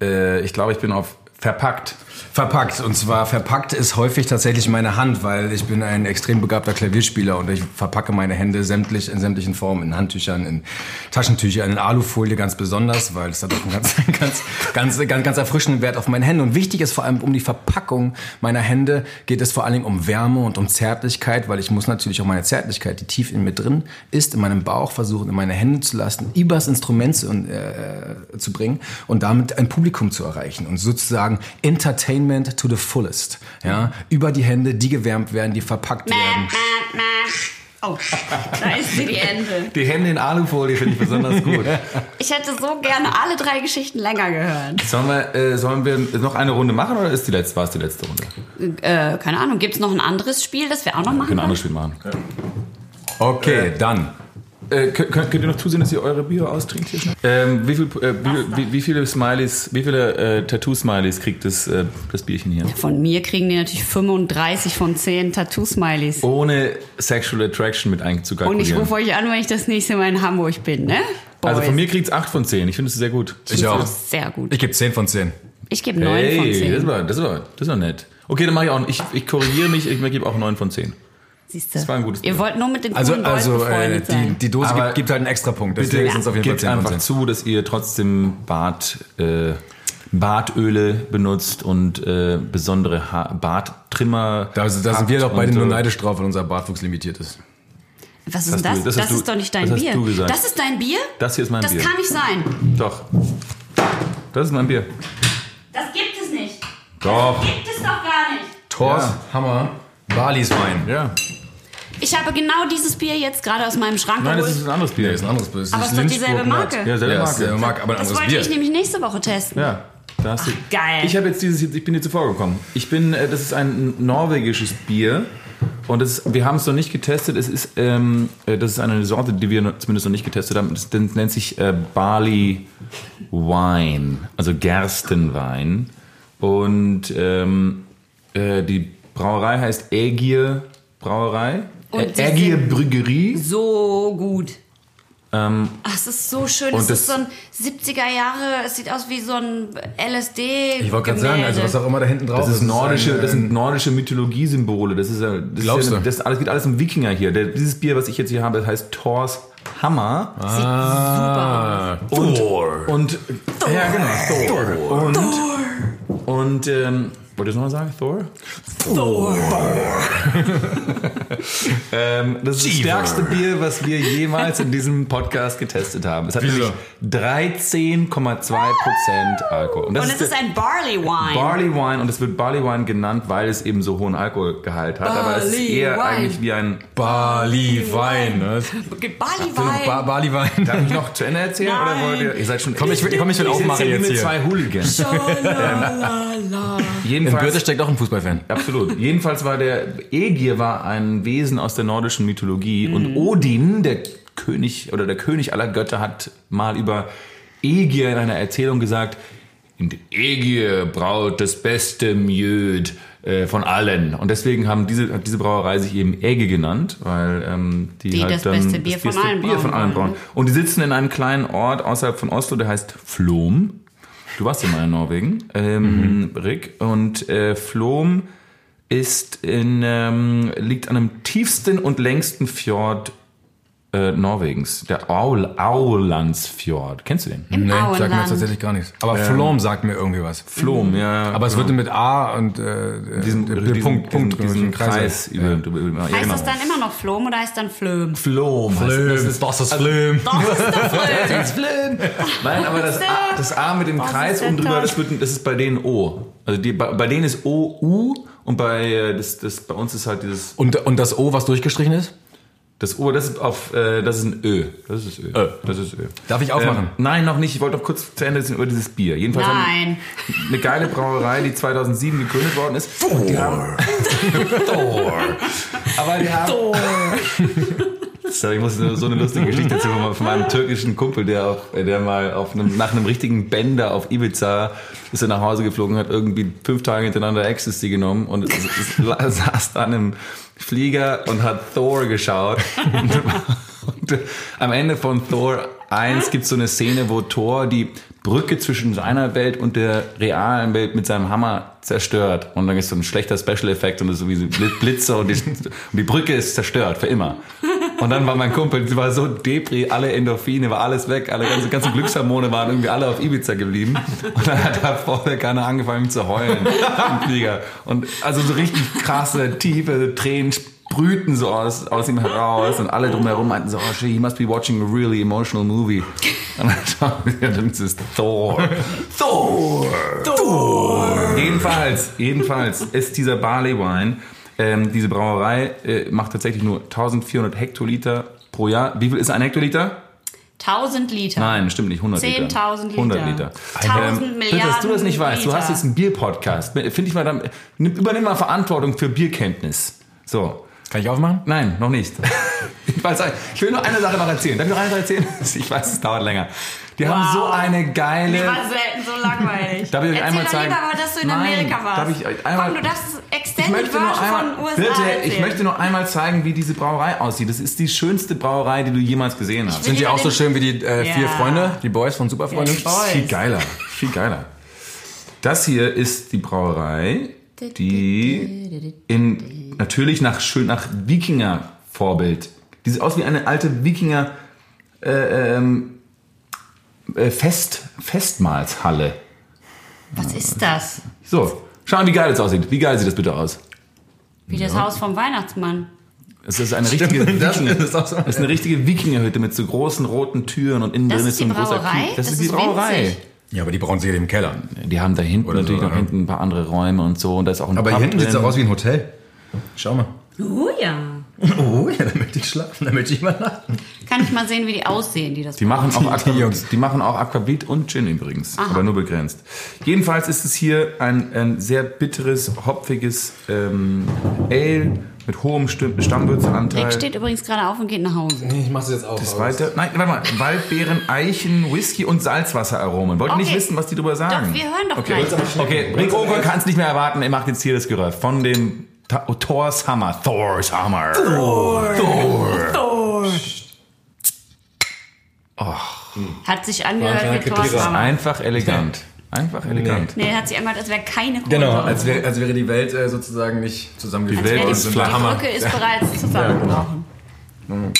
A: Äh, ich glaube, ich bin auf verpackt.
C: Verpackt. Und zwar verpackt ist häufig tatsächlich meine Hand, weil ich bin ein extrem begabter Klavierspieler und ich verpacke meine Hände sämtlich in sämtlichen Formen, in Handtüchern, in Taschentüchern, in Alufolie ganz besonders, weil es hat auch einen ganz, [LAUGHS] ganz, ganz, ganz, ganz erfrischenden Wert auf meine Hände. Und wichtig ist vor allem um die Verpackung meiner Hände geht es vor allem um Wärme und um Zärtlichkeit, weil ich muss natürlich auch meine Zärtlichkeit, die tief in mir drin ist, in meinem Bauch versuchen, in meine Hände zu lassen, übers Instrument zu, äh, zu bringen und damit ein Publikum zu erreichen und sozusagen Entertainment to the fullest. Ja, über die Hände, die gewärmt werden, die verpackt
B: Mäh,
C: werden.
B: mäh, mäh. Oh, da ist sie die Ente.
A: Die Hände in Alufolie finde ich besonders
C: [LAUGHS]
A: gut.
B: Ich hätte so gerne alle drei Geschichten länger gehört.
A: sollen, wir, äh, sollen wir noch eine Runde machen oder ist die letzte, war es die letzte Runde?
B: Äh, keine Ahnung, gibt es noch ein anderes Spiel, das wir auch noch
A: Wir
C: genau,
A: können
B: machen
A: ein anderes Spiel machen.
C: Okay, dann.
A: Äh, könnt, könnt könnt ihr noch zusehen, dass ihr eure Bier austrinkt hier schnell? Ähm, wie, viel, äh, wie, wie, wie viele Smileys, wie viele äh, Tattoo-Smileys kriegt das, äh, das Bierchen hier?
B: Von mir kriegen die natürlich 35 von 10 Tattoo-Smileys.
A: Ohne Sexual Attraction mit
B: Und
A: einzukalkulieren.
B: ich rufe euch an, wenn ich das nächste Mal in Hamburg bin, ne?
A: Also
B: Oh, Boys.
A: von mir kriegt's 8 von 10. Ich finde es sehr gut.
C: Ich auch.
B: Sehr gut.
C: Ich gebe 10 von 10.
B: Ich gebe 9 von
A: das
B: 10.
A: war, das war, das war nett. Okay, dann mache ich auch. Ich, ich korrigiere mich, ich gebe auch 9 von 10.
B: Siehst du.
A: Das war ein gutes
B: Ihr
A: Bier.
B: wollt nur mit den
C: Also,
B: coolen Leuten
C: also äh,
B: befreundet
C: die,
B: sein.
C: die Dose
A: Aber
C: gibt, gibt halt einen extra Punkt. Deswegen
A: Bitte
C: ist es auf jeden Fall
A: gebt
C: 10 von
A: einfach
C: 10.
A: zu, dass ihr trotzdem Bart, äh, Bartöle benutzt und äh, besondere ha Barttrimmer.
C: Da, da sind
A: habt
C: wir doch beide
A: und,
C: nur
A: äh,
C: neidisch drauf, weil unser Bartwuchs limitiert ist.
B: Was ist
A: hast
B: denn das?
A: du- das
B: das
A: hast du-
B: ist doch nicht dein
A: das hast
B: Bier.
A: du gesagt.
B: Das ist dein Bier?
A: Das hier ist mein
B: das
A: Bier.
B: kann nicht sein.
A: Doch. Das ist mein Bier.
B: Das gibt es nicht.
A: Doch.
B: Gibt es doch gar nicht.
C: Thors,
A: Ja.
C: Hammer, Balis Wein.
A: Ja.
B: Ich habe genau dieses Bier jetzt gerade aus meinem Schrank
A: Nein, das
B: geholt.
A: ist ein anderes Bier.
C: Nee, ist ein anderes Bier. Das
B: Aber ist doch
C: Lynchburg
B: dieselbe
C: Nord.
B: Marke.
A: Ja, selbe
C: Ja, ist
A: Marke.
C: dieselbe Marke, aber ein
B: das
C: anderes
B: wollte ich
C: Bier.
B: nämlich nächste Woche testen.
A: Ja, da hast du.
B: geil.
A: Ich habe jetzt dieses, ich bin hier zu vorgekommen. Ich bin, äh, das ist ein norwegisches Bier und das, ist- wir haben es noch nicht getestet. Es ist, ähm, äh, das ist eine Sorte, die wir noch, zumindest noch nicht getestet haben. Das den- nennt sich äh, Barley Wine, also Gerstenwein. Und ähm, äh, die Brauerei heißt Ägier Brauerei. Äh,
B: Und
A: Ä-
B: sie
A: Ägier
B: sind-
A: Brügerie.
B: So gut. Ach, es ist so schön.
A: Ähm, und
B: Es ist so
A: das-
B: ein 70er Jahre. Es sieht aus wie so ein LSD.
C: Ich wollte gerade sagen, also was auch immer da hinten drauf
A: Das, ist nordische,
C: ein,
A: das sind
C: äh,
A: nordische Mythologie-Symbole. Das ist ja, das
C: Glaubst
A: ist ja,
C: du?
A: das ist alles geht alles um Wikinger hier. Der, dieses Bier, was ich jetzt hier habe, das heißt Thors Hammer.
B: Sieht super aus.
A: Und,
C: Ah,
A: und ja genau Thor. Und, und ähm, wolltest du noch was sagen Thor? [LAUGHS] ähm, das ist das
C: Jeever.
A: stärkste Bier, was wir jemals in diesem Podcast getestet haben. Es hat
C: Wieso?
A: nämlich 13,2 Alkohol. das
B: Und es
A: der-
B: ist ein Barley Wine.
A: Barley Wine und es wird Barley Wine genannt, weil es eben so hohen Alkoholgehalt hat. aber es ist
B: Barley
A: eher
B: Wine.
A: eigentlich wie ein.
C: Bali Wein. ne? Das ist
B: Barley
C: Ba
B: Wine.
C: Bali Wein.
A: Darf ich noch zu Ende erzählen?
B: Nein.
A: Oder wollt ihr? Ihr seid schon.
C: Komm, ich will, komm, ich will
A: Ich sitze
C: aufmachen
A: hier
C: jetzt
A: mit
C: hier.
A: zwei Hooligans.
B: Schalalala.
C: [LAUGHS] In Birte
A: Jedenfalls.
C: steckt auch ein Fußballfan.
A: Absolut. Jedenfalls war der Egir war ein Wesen aus der nordischen Mythologie und
B: Mhm.
A: Odin, der König oder der König aller Götter, hat mal über Egir in einer Erzählung gesagt: "In Egir braut das beste Mjöd äh, von allen." Und deswegen haben diese hat diese Brauerei sich eben Egge genannt, weil ähm, die,
B: Die
A: halt
B: das
A: dann
B: beste Bier
A: das
B: von
A: beste
B: allen
A: Bier von
B: brauen
A: allen
B: wollen, ne?
A: brauen. Und die sitzen in einem kleinen Ort außerhalb von Oslo, der heißt Flom. Du warst ja mal in Norwegen, ähm,
B: Mhm.
A: Rick. Und äh, Flom ist in, ähm, liegt an dem tiefsten und längsten Fjord äh, Norwegens, der Aul Aulandsfjord. Kennst du den?
B: Im
C: sagt mir
B: Auenland.
C: jetzt tatsächlich gar nichts.
A: Ähm,
C: Aber Flom sagt mir irgendwie was.
A: Flom, ja.
C: Aber es wird mit A und äh,
A: diesen,
C: der
A: diesen,
C: Punkt, Punkt,
A: diesen, diesen
C: diesen
A: Kreis. über, über, über, ja,
B: Heißt
A: genau.
B: das dann immer noch Flom oder heißt
A: [LAUGHS]
B: dann Flöm?
A: Flom. heißt
C: Flöm,
A: das.
C: das ist Flöm.
A: Also,
B: Das ist der Flöm.
A: Das Flöm. Nein, aber das A, das A mit dem
B: Was
A: Kreis
B: ist denn
A: oben drüber,
B: da?
A: das, wird, ein- das ist bei denen O. Also die, bei, bei denen ist O, U und bei, äh, das, das, bei uns ist halt dieses
C: Und, und das O, was durchgestrichen ist?
A: Das O, das ist auf, äh, das ist ein Ö. Das ist Ö. Das ist Ö.
C: Darf ich aufmachen?
A: Ähm, nein, noch nicht. Ich wollte doch kurz zu Ende erzählen über dieses Bier. Jedenfalls haben
B: Nein.
A: die eine geile Brauerei, die 2007 gegründet worden ist. Und die haben- Aber die haben. Sorry, ich muss nur so eine lustige Geschichte erzählen von meinem- von meinem türkischen Kumpel, der, auf, der mal auf einem, nach einem richtigen Bender auf Ibiza ist er nach Hause geflogen, hat irgendwie fünf Tage hintereinander Ecstasy genommen und es, es, la- saß dann im Flieger und hat Thor
C: [LAUGHS]
A: geschaut. Und, und am Ende von Thor 1 gibt es so eine Szene, wo Thor die Brücke zwischen seiner Welt und der realen Welt mit seinem Hammer zerstört. Und dann ist so ein schlechter Special-Effekt und es ist so wie so Blit- Blitze und die, [LAUGHS] und die Brücke ist zerstört, für immer. Und dann war mein Kumpel, die war so Depri, alle Endorphine, war alles weg, alle ganzen, ganzen Glückshormone waren irgendwie alle auf Ibiza geblieben. Und dann hat da vorne keiner angefangen zu heulen im Flieger. Und also so richtig krasse, tiefe Tränen sprühten so aus, aus ihm heraus und alle drumherum meinten so, oh shit, he must be watching a really emotional movie. Und dann schauen wir, dann ist es Thor. Thor! Thor! Jedenfalls, jedenfalls ist dieser Barley Wine, ähm, diese Brauerei äh, macht tatsächlich nur 1400 Hektoliter pro Jahr. Wie viel ist ein Hektoliter?
B: 1000 Liter.
A: Nein, stimmt nicht, 100 Liter.
B: 10.000 Liter.
A: 100 Liter.
B: 1000
A: Bitte, dass du das nicht weißt, du
B: Milliarden
A: hast jetzt einen Bier-Podcast. Finde ich mal, dann, nimm- übernimm mal Verantwortung für Bierkenntnis. So.
C: Kann ich aufmachen?
A: Nein, noch nicht. Ich, weiß, ich will nur eine Sache noch erzählen. Darf ich noch eine Sache erzählen? [LAUGHS] Ich weiß, es dauert länger. Die haben
B: Wow.
A: so eine geile...
B: Mir war selten so langweilig.
A: Darf ich euch
B: Erzähl
A: einmal
B: doch
A: zeigen-
B: lieber mal, dass du in
A: Nein,
B: Amerika warst.
A: darf ich euch einmal-
B: Komm, du darfst
A: Ich
B: Extended
A: möchte,
B: Version
A: nur einmal,
B: von USA
A: bitte, ich
B: erzählen.
A: möchte nur einmal zeigen, wie diese Brauerei aussieht. Das ist die schönste Brauerei, die du jemals gesehen hast.
C: Sind die
B: Lieber
C: auch so
B: den-
C: schön wie die äh,
B: Ja.
C: vier Freunde, die Boys von Superfreunde?
B: Ja, die Boys.
C: Viel geiler.
A: Viel geiler. Das hier ist die Brauerei, die in natürlich nach schön nach Wikinger Vorbild. Die sieht aus wie eine alte Wikinger äh, ähm, äh, Fest Festmahlshalle.
B: Was ist das?
A: So, schau mal, wie geil das aussieht. Wie geil sieht das bitte aus?
B: Wie das Haus vom Weihnachtsmann.
A: Es ist eine richtige
C: das
A: Wikinger.
C: ist auch so.
A: Es ist eine richtige Wikingerhütte mit so großen roten Türen und innen
B: Das
A: drin
B: ist
A: ist so ein
B: die
A: großer
B: Brauerei?
A: Kiel.
B: Das
A: Das, ist die
B: ist
A: Brauerei.
B: winzig.
C: Ja, aber die brauchen sie ja im Keller.
A: Die haben da hinten
C: Oder so,
A: natürlich noch
C: ja.
A: hinten ein paar andere Räume und so und da ist auch ein
C: Aber hier
A: Pub
C: hinten sieht es
A: drin.
C: auch aus wie ein Hotel. Schau mal.
B: Oh ja.
C: Oh ja, da möchte ich schlafen, da möchte ich mal nachten.
B: Kann ich mal sehen, wie die aussehen, die das
A: Die machen auch
C: Die- die Jungs.
A: Aquavit, die machen auch Aquavit und Gin übrigens, aber nur begrenzt. Jedenfalls ist es hier ein, ein sehr bitteres, hopfiges ähm, Ale mit hohem Stim-
B: Rick
C: halt
A: Stammwürzeanteil.
B: steht übrigens gerade auf und geht nach Hause.
C: Ich mach's jetzt auch. Das
A: Weiter. Nein, warte mal. Waldbeeren, Eichen, Whisky und Salzwasseraromen. Wollt ihr nicht
B: Okay.
A: wissen, was die drüber sagen?
B: Doch, wir hören doch
A: okay.
B: gleich.
A: Okay, Rick Oger kann es nicht mehr erwarten. Er macht jetzt hier das Geräusch von dem Ta Thor's Hammer. Thor's Hammer.
B: Hat sich angehört wie
C: kleiner Kipperer.
B: Thorsten.
A: Einfach elegant. Einfach elegant.
B: Nee, hat sich angehört, als wäre keine Kurve.
C: Genau, als wäre, als wäre die Welt äh, sozusagen nicht zusammengeführt.
A: Die Welt
B: ja, die,
A: ist
B: die
A: flach.
B: Brücke ist bereits zusammengebrochen.
C: genau.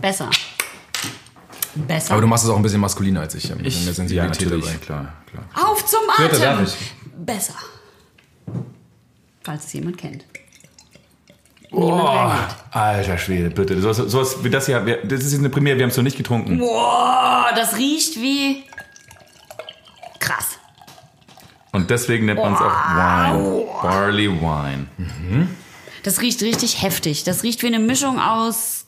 B: Besser. Besser.
C: Aber du machst es auch ein bisschen maskuliner als ich. Ich habe eine Sensibilität
A: natürlich.
C: dabei.
A: Klar, klar.
B: Auf zum
C: Hörte, darf
B: Atem!
C: ich? Oh,
B: Besser. Falls es jemand kennt.
A: Oh, alter Schwede, bitte. Sowas, sowas wie das hier, wir- das ist jetzt eine Premiere, wir haben es noch nicht getrunken.
B: Boah, das riecht wie. Krass.
A: Und deswegen nennt man es auch Wine. Barley Wine.
B: Das riecht richtig heftig. Das riecht wie eine Mischung aus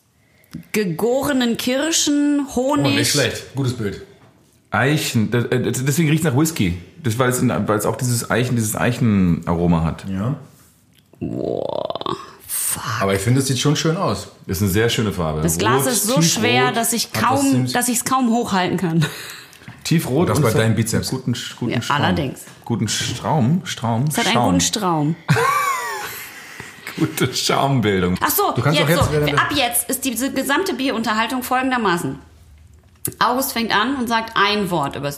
B: gegorenen Kirschen,
A: Oh,
B: Honig.
C: schlecht. Gutes Bild.
A: Eichen, das- äh, das- deswegen riecht es nach Whisky. Das, weil, es, weil es auch dieses Eichen, dieses Eichenaroma hat.
C: Ja.
B: Ah.
C: Aber ich finde, es sieht schon schön aus.
A: Ist eine sehr schöne Farbe.
B: Das Glas
A: Rot,
B: ist so
A: tiefrot.
B: schwer, dass ich
C: das
B: kaum,
C: Sims-
B: dass ich es kaum hochhalten kann.
A: Tiefrot.
C: das bei
A: ver-
C: deinem Bizeps.
A: Guten, Sch- guten
B: Ja,
A: Straum.
B: allerdings.
A: Guten Straum. Straum.
B: Es hat einen guten Straum.
A: Gute Schaumbildung.
B: Ach so,
C: kannst
B: jetzt,
C: auch
B: so.
C: jetzt-
B: ab jetzt ist diese gesamte Bierunterhaltung folgendermaßen. August fängt an und sagt ein Wort über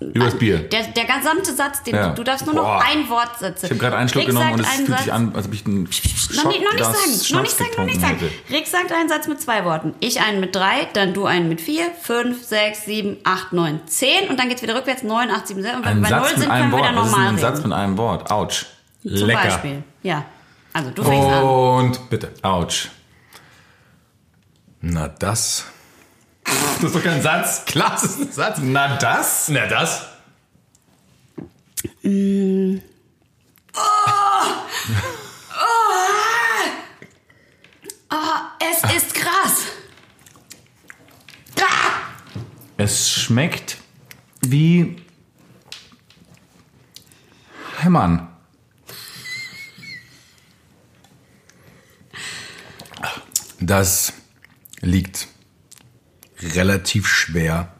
A: Übers Bier.
B: Der, der gesamte Satz, den
A: Ja.
B: du darfst nur
A: Boah.
B: noch ein Wort setzen.
A: Ich habe gerade einen Schluck
B: Rick
A: genommen
B: sagt
A: und es
B: einen
A: fühlt sich
B: Satz.
A: an, als ob ich einen
B: Noch nicht, noch nicht
A: Schottglas
B: sagen, noch
A: Schnaps
B: nicht sagen, noch nicht
A: getrunken
B: sagen.
A: hätte.
B: Rick sagt einen Satz mit zwei Worten. Ich einen mit drei, dann du einen mit vier, fünf, sechs, sieben, acht, neun, zehn und dann geht's wieder rückwärts, neun, acht, sieben, sieben. Und wenn
A: Ein
B: wir bei null
A: Satz mit
B: sind, können
A: einem
B: wir wieder
A: Wort. Was ist denn
B: normal
A: ein Satz
B: reden.
A: mit einem Wort? Autsch.
B: Zum
C: Lecker.
B: Beispiel. Ja. Also du fängst
A: Oh.
B: an.
C: Und bitte.
A: Autsch.
C: Na das.
A: Das ist doch kein Satz. Klar, das ist ein Satz. Na das?
C: Na das.
B: Es ist krass. Ah!
A: Es schmeckt wie Hämmern.
C: Das liegt relativ schwer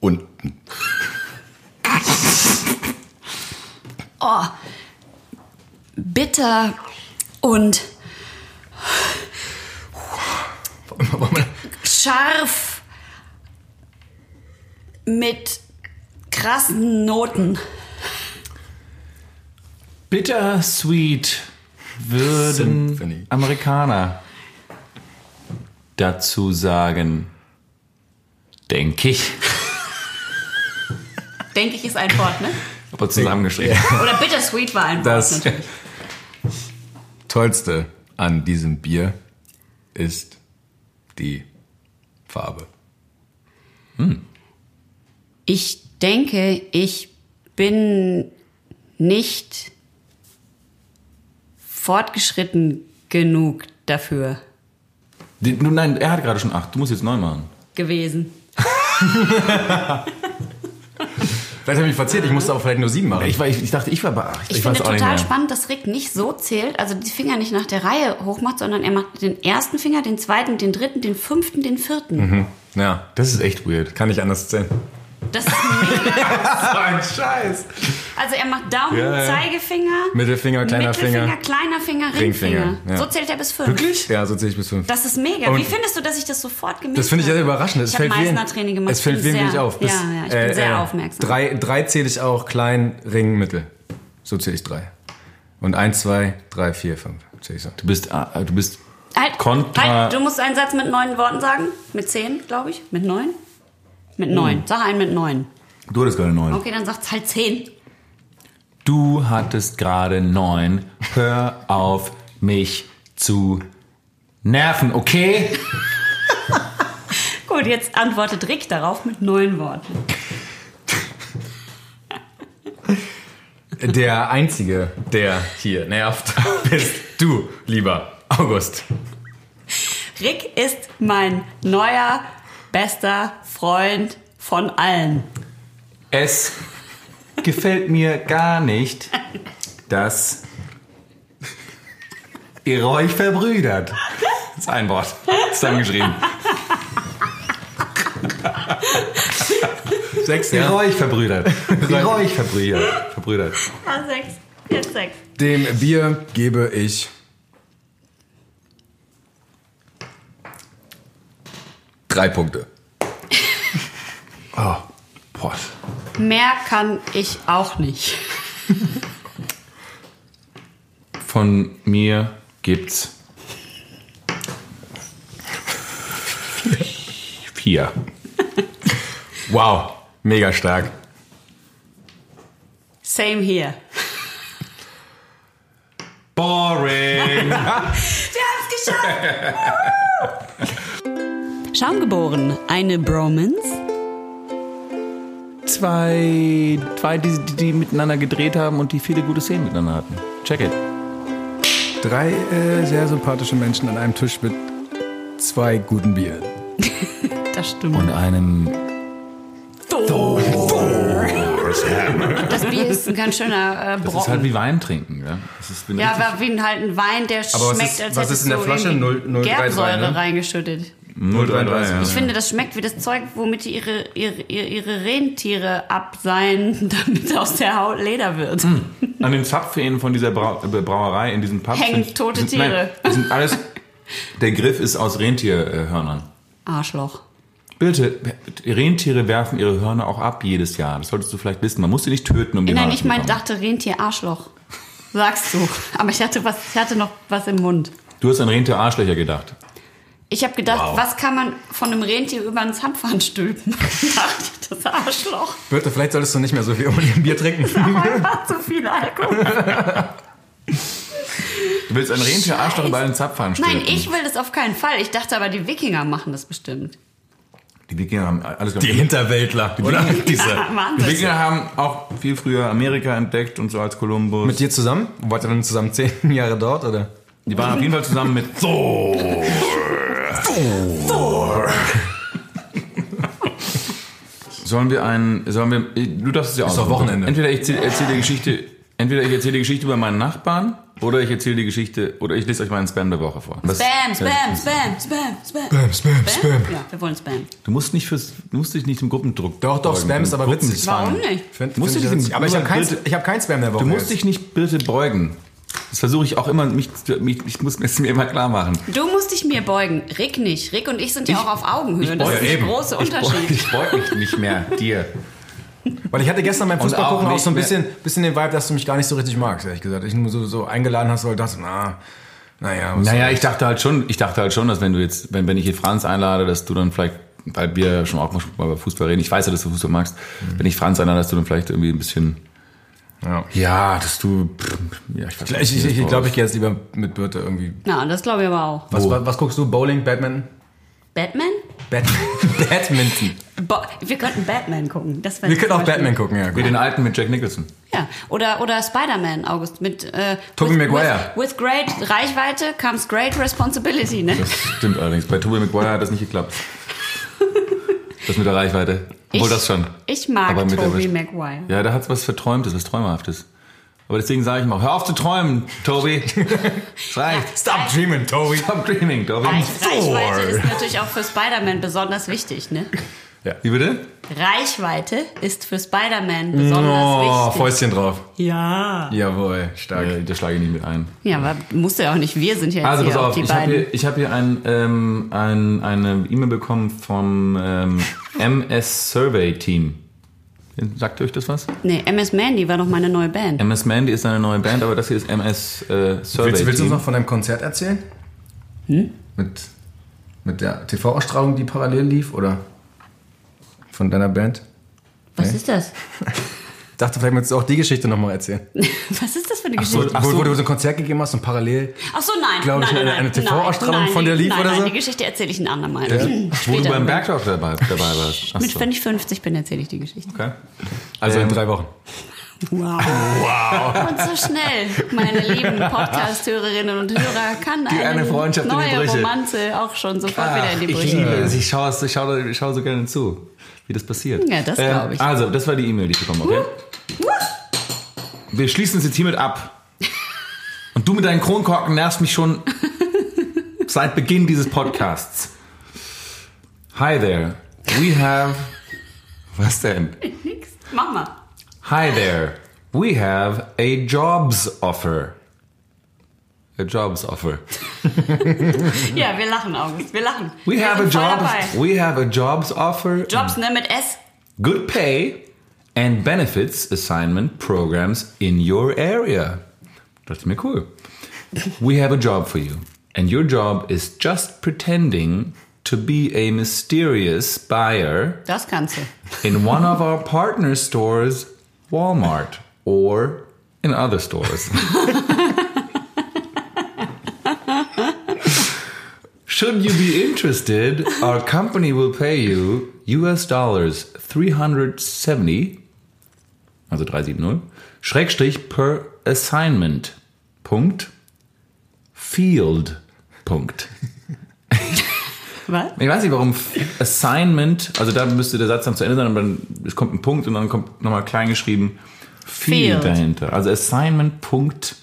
C: unten.
B: Oh. Bitter und scharf mit krassen Noten.
A: Bittersweet würden
C: Symphony.
A: Amerikaner dazu sagen. Denke ich.
B: Denke ich, ist ein Wort, ne?
A: Aber zusammengeschrieben.
B: Oder bittersweet war ein Wort.
C: Das
B: natürlich.
C: Tollste an diesem Bier ist die Farbe.
B: Ich denke, ich bin nicht fortgeschritten genug dafür
A: Die- Nun, nein, er hat gerade schon acht. Du musst jetzt neun machen.
B: gewesen.
C: Vielleicht habe ich verzählt, ich musste auch vielleicht nur sieben machen.
A: Ich, war, ich, ich dachte, ich war bei acht.
B: Ich,
A: weiß
B: finde
A: auch nicht mehr.
B: total spannend, dass Rick nicht so zählt, also die Finger nicht nach der Reihe hochmacht, sondern er macht den ersten Finger, den zweiten, den dritten, den fünften, den vierten.
C: Mhm. Ja,
A: Das ist echt weird.
C: kann ich anders zählen.
B: Das ist mega.
C: [LAUGHS] So ein Scheiß.
B: Also er macht Daumen,
C: Ja, ja.
B: Zeigefinger,
C: Mittelfinger, kleiner
B: Mittelfinger,
C: Finger.
B: kleiner Finger, Ringfinger.
C: Ringfinger, ja.
B: So zählt er bis fünf.
C: Ja, so zähle ich bis fünf.
B: Das ist mega.
C: Und-
B: Wie findest du, dass ich das sofort gemerkt habe?
C: Das finde ich sehr überraschend. Es
B: Ich habe
C: fällt wem-
B: Meißner-Training gemacht.
C: Es fällt
B: Ich bin
C: wem
B: sehr-
C: nicht auf. äh, Bis,
B: ja, ja, ich bin sehr aufmerksam.
C: Drei, drei zähle ich auch, klein, Ring, Mittel. So zähle ich drei. Und eins, zwei, drei, vier, fünf. sehe ich so.
A: Du bist, ah, du bist
B: Halt,
A: Kontra-
B: halt, du musst einen Satz mit neun Worten sagen. Mit zehn, glaube ich. Mit neun?
C: Hm.
B: Mit neun. Sag einen mit neun.
A: Du hattest gerade neun.
B: Okay, dann sagt's halt zehn.
A: Du hattest gerade neun. Hör auf, mich zu nerven, okay?
B: Gut, jetzt antwortet Rick darauf mit neun Worten.
C: Der Einzige, der hier
A: [LAUGHS]
C: nervt, bist du, lieber August.
B: Rick ist mein neuer, bester Freund von allen.
A: Es gefällt mir gar nicht, dass ihr euch verbrüdert. Das ist ein Wort. Zusammengeschrieben.
C: Sechs,
A: Ihr
C: ja.
A: euch verbrüdert. Ihr euch verbrüdert. verbrüdert.
B: Ah, sechs. Jetzt sechs.
C: Dem Bier gebe ich drei Punkte.
A: Oh, boah.
B: Mehr kann ich auch nicht.
A: Von mir gibt's vier.
C: Wow, mega stark.
B: Same here.
A: Boring.
B: Wir haben es geschafft! Schaumgeboren, eine Bromance.
A: Zwei, zwei die, die, die miteinander gedreht haben und die viele gute Szenen miteinander hatten. Check it.
C: Drei äh, sehr sympathische Menschen an einem Tisch mit zwei guten Bieren.
B: Das stimmt.
A: Und einem
B: Das Bier ist ein ganz schöner äh,
A: Das ist halt
B: Brocken.
A: wie Wein trinken, ja. Das ist bin
B: ja,
A: richtig-
B: aber wie ein, halt ein Wein, der
C: Aber was
B: schmeckt,
C: ist-
B: als
C: was
B: hättest
C: ist in der
B: du
C: Flasche?
B: irgendwie
C: 0,033,
B: Gerbsäure
C: ne?
B: reingeschüttet.
C: 0,33, ja.
B: Ich finde, das schmeckt wie das Zeug, womit die ihre, ihre, ihre- ihre Rentiere abseihen, [LAUGHS] damit aus der Haut Leder wird.
A: an den Zapfhähnen von dieser Brau äh, Brauerei in diesem Pub
B: Hängen
A: sind,
B: tote
A: sind, Nein,
B: Tiere.
A: das sind alles. Der Griff ist aus Rentierhörnern.
B: [LAUGHS] Arschloch.
A: Bitte, Rentiere werfen ihre Hörner auch ab jedes Jahr. Das solltest du vielleicht wissen. Man muss sie nicht töten, um die
B: Nein,
A: Hörner
B: ich
A: zu
B: meine,
A: bekommen.
B: dachte Rentier Arschloch. Sagst du. Aber ich hatte, was, ich hatte noch was im Mund.
A: Du hast an Rentier-Arschlöcher gedacht.
B: Ich habe gedacht,
A: Wow.
B: was kann man von einem Rentier über einen Zampfhahn stülpen? [LAUGHS] Ich dachte, das Arschloch.
C: Birte, vielleicht solltest du nicht mehr so viel unbedingt
A: [LAUGHS]
C: Bier trinken.
B: Aber einfach zu viel Alkohol.
A: Du willst ein Rentier-Arschloch
B: Scheiße.
A: über einen Zapfhahn
B: Nein,
A: stülpen.
B: ich will das auf keinen Fall. Ich dachte aber, die Wikinger machen das bestimmt.
A: Die Wikinger haben alles
C: Die Hinterwäldler, oder?
B: [LAUGHS]
C: Diese.
B: Mann,
A: Die
B: das
A: Wikinger haben auch viel früher Amerika entdeckt und so als Kolumbus.
C: Mit dir zusammen? Wart ihr dann zusammen zehn [LAUGHS] Jahre dort, oder?
A: Die waren auf jeden Fall zusammen mit Thor. Thor. Sollen wir einen, sollen wir, du darfst es ja auch.
C: doch Wochenende.
A: Entweder ich erzähle erzähl die Geschichte, entweder ich erzähle die Geschichte über meinen Nachbarn, oder ich erzähle die Geschichte, oder ich lese euch meinen Spam der Woche vor. Was-
B: Spam, Spam, Spam, Spam, Spam.
C: Spam,
B: Ja, wir wollen Spam.
A: Du musst nicht fürs, du musst dich nicht dem Gruppendruck.
C: Doch, doch,
A: beugen,
C: Spam ist
A: dem
C: aber witzig.
A: Gruppenzwang.
B: Warum nicht?
C: Find,
A: Musst
C: find
A: du
C: ich
A: diesen-
C: witzig. aber ich habe kein,
A: Bitte.
C: ich hab kein Spam der Woche.
A: Du musst
C: jetzt.
A: dich nicht bitte beugen. Das versuche ich auch immer, mich, mich, ich muss es mir immer klar machen.
B: Du musst dich mir beugen. Rick nicht. Rick und ich sind ja auch auf Augenhöhe. Das
A: beug-
B: ist der
A: eben.
B: große
A: Ich beug-
B: Unterschied.
A: Ich beuge mich nicht
B: [LAUGHS]
A: mehr dir.
C: Weil ich hatte gestern beim Fußballgucken
A: auch
C: auch,
A: nicht
C: so ein
A: mehr-
C: bisschen, bisschen den Vibe, dass du mich gar nicht so richtig magst, ehrlich gesagt. Ich nur so, so eingeladen hast, weil ich dachte, na, naja. was-
A: Naja, ich dachte halt schon, ich dachte halt schon, dass wenn du jetzt, wenn, wenn ich hier Franz einlade, dass du dann vielleicht, weil wir ja schon auch mal über Fußball reden, ich weiß ja, dass du Fußball magst, wenn ich Franz einlade, dass du dann vielleicht irgendwie ein bisschen,
C: Ja.
A: ja, dass du, pff, ja, ich weiß
C: Ich glaube, ich, ich, glaub, ich gehe jetzt lieber mit Birte irgendwie.
B: Na, das glaube ich aber auch.
C: Was, was, was guckst du? Bowling,
A: [LAUGHS]
C: Badminton?
B: Batman?
C: Bad Badminton.
B: Bo wir könnten Batman gucken. Das
C: Wir können auch Batman gucken, ja.
A: wie
C: Gut.
A: den alten mit Jack Nicholson.
B: Ja, oder, oder Spider-Man, August, mit äh,
C: Tobey
B: with,
C: Maguire.
B: With, with great Reichweite comes great responsibility, ne?
A: Das stimmt allerdings. Bei Tobey Maguire hat das nicht
B: [LAUGHS]
A: geklappt. Das mit der Reichweite. Obwohl
B: Ich-
A: das schon.
B: Ich mag
A: Aber mit der
B: Tobey
A: Wisch-
B: Maguire.
A: Ja, da hat's was Verträumtes, was Träumerhaftes. Aber deswegen sage ich mal, hör auf zu träumen,
B: [LAUGHS]
A: Tobi. Es reicht.
C: Stop dreaming, Toby.
A: Stop dreaming, Tobi.
B: Reich, Reichweite
C: Thor.
B: ist natürlich auch für Spider-Man besonders wichtig, ne?
A: Wie bitte?
B: Reichweite ist für Spider-Man besonders
C: Oh,
B: wichtig.
C: Fäustchen drauf.
B: Ja.
C: Jawohl, stark.
A: Ja, da schlage ich nicht mit ein.
B: Ja, aber musst du ja auch nicht. Wir sind ja jetzt
A: Also
B: hier
A: pass
B: auf
A: auf,
B: die
A: ich habe
B: beiden.
A: hier, ich hab hier ein, ähm, ein, eine E-Mail bekommen vom ähm, MS Survey Team. Sagt euch das was?
B: Nee, MS Mandy war doch meine neue Band.
A: MS Mandy ist eine neue Band, aber das hier ist MS äh, Survey.
C: Willst, willst du
A: Team.
C: uns noch von deinem Konzert erzählen? Mit, mit der TV-Ausstrahlung, die parallel lief, oder? Von deiner Band?
B: Was
C: Nee.
B: ist das? [LAUGHS]
C: Dachte, vielleicht möchtest du auch die Geschichte nochmal erzählen.
B: Was ist das für eine
A: so,
B: Geschichte?
A: ach
C: Wo, wo du so ein Konzert gegeben hast und parallel.
B: Ach so, nein.
C: Glaub ich,
B: nein,
C: eine-
B: nein,
C: eine
B: nein,
C: TV-Ausstrahlung
B: nein,
C: von der lief
B: nein,
C: oder
B: nein,
C: so?
B: Die Geschichte erzähle ich ein andermal.
A: Wo du
B: Später.
A: beim Bergdorf dabei, dabei warst.
B: [LAUGHS]
A: Ach
B: Mit
A: so,
B: wenn ich 50 bin, erzähle ich die Geschichte.
A: okay.
C: Also
A: Ähm,
C: in drei Wochen.
B: Wow. wow. [LAUGHS] Und so schnell, meine lieben Podcast-Hörerinnen und Hörer, kann
A: Geht eine
B: eine
A: Freundschaft in die
B: neue
A: Brüche.
B: Romanze auch schon sofort wieder in die
A: ich
B: Brüche.
A: liebe es. Ich schaue, es- ich, schaue, ich schaue so gerne zu, wie das passiert.
B: Ja, das glaub ich.
A: Also, das war die E-Mail, die ich bekommen habe, okay? Wir schließen es jetzt hiermit ab. Und du mit deinen Kronkorken nervst mich
B: [LAUGHS]
A: schon seit Beginn dieses Podcasts. Hi there. We have. Was denn?
B: Nix. Mach mal.
A: Hi there. We have a jobs offer. A jobs offer.
B: Ja, wir lachen, August. Wir lachen.
A: We
B: wir
A: have a
B: sind voll
A: jobs.
B: dabei.
A: We have a jobs offer.
B: Jobs, ne, mit S.
A: good pay and benefits assignment programs in your area. Dachte ich mir, cool. We have a job for you, and your job is just pretending to be a mysterious buyer
B: Das kannst du.
A: in one of our partner stores, Walmart, or in other stores. Should you be interested, our company will pay you US dollars 370, also 370, Schrägstrich per assignment. Punkt. Field. Punkt.
B: Was?
A: Ich weiß nicht, warum F- Assignment, also da müsste der Satz dann zu Ende sein, aber dann es kommt ein Punkt und dann kommt nochmal klein geschrieben Field,
B: Field.
A: dahinter. Also Assignment Punkt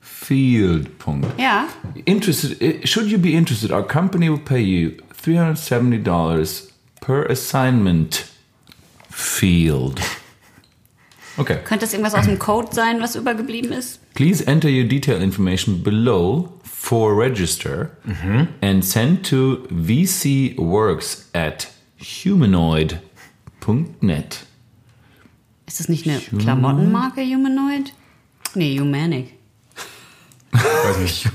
A: Field Punkt.
B: Ja.
A: Interested, eh, should you be interested, our company will pay you $370 per assignment field. Okay.
B: Könnte das irgendwas aus dem Code sein, was übergeblieben ist?
A: Please enter your detail information below for register and send to vcworks at humanoid.net.
B: Ist das nicht eine Klamottenmarke, Humanoid? Nee, Humanic.
C: Weiß nicht.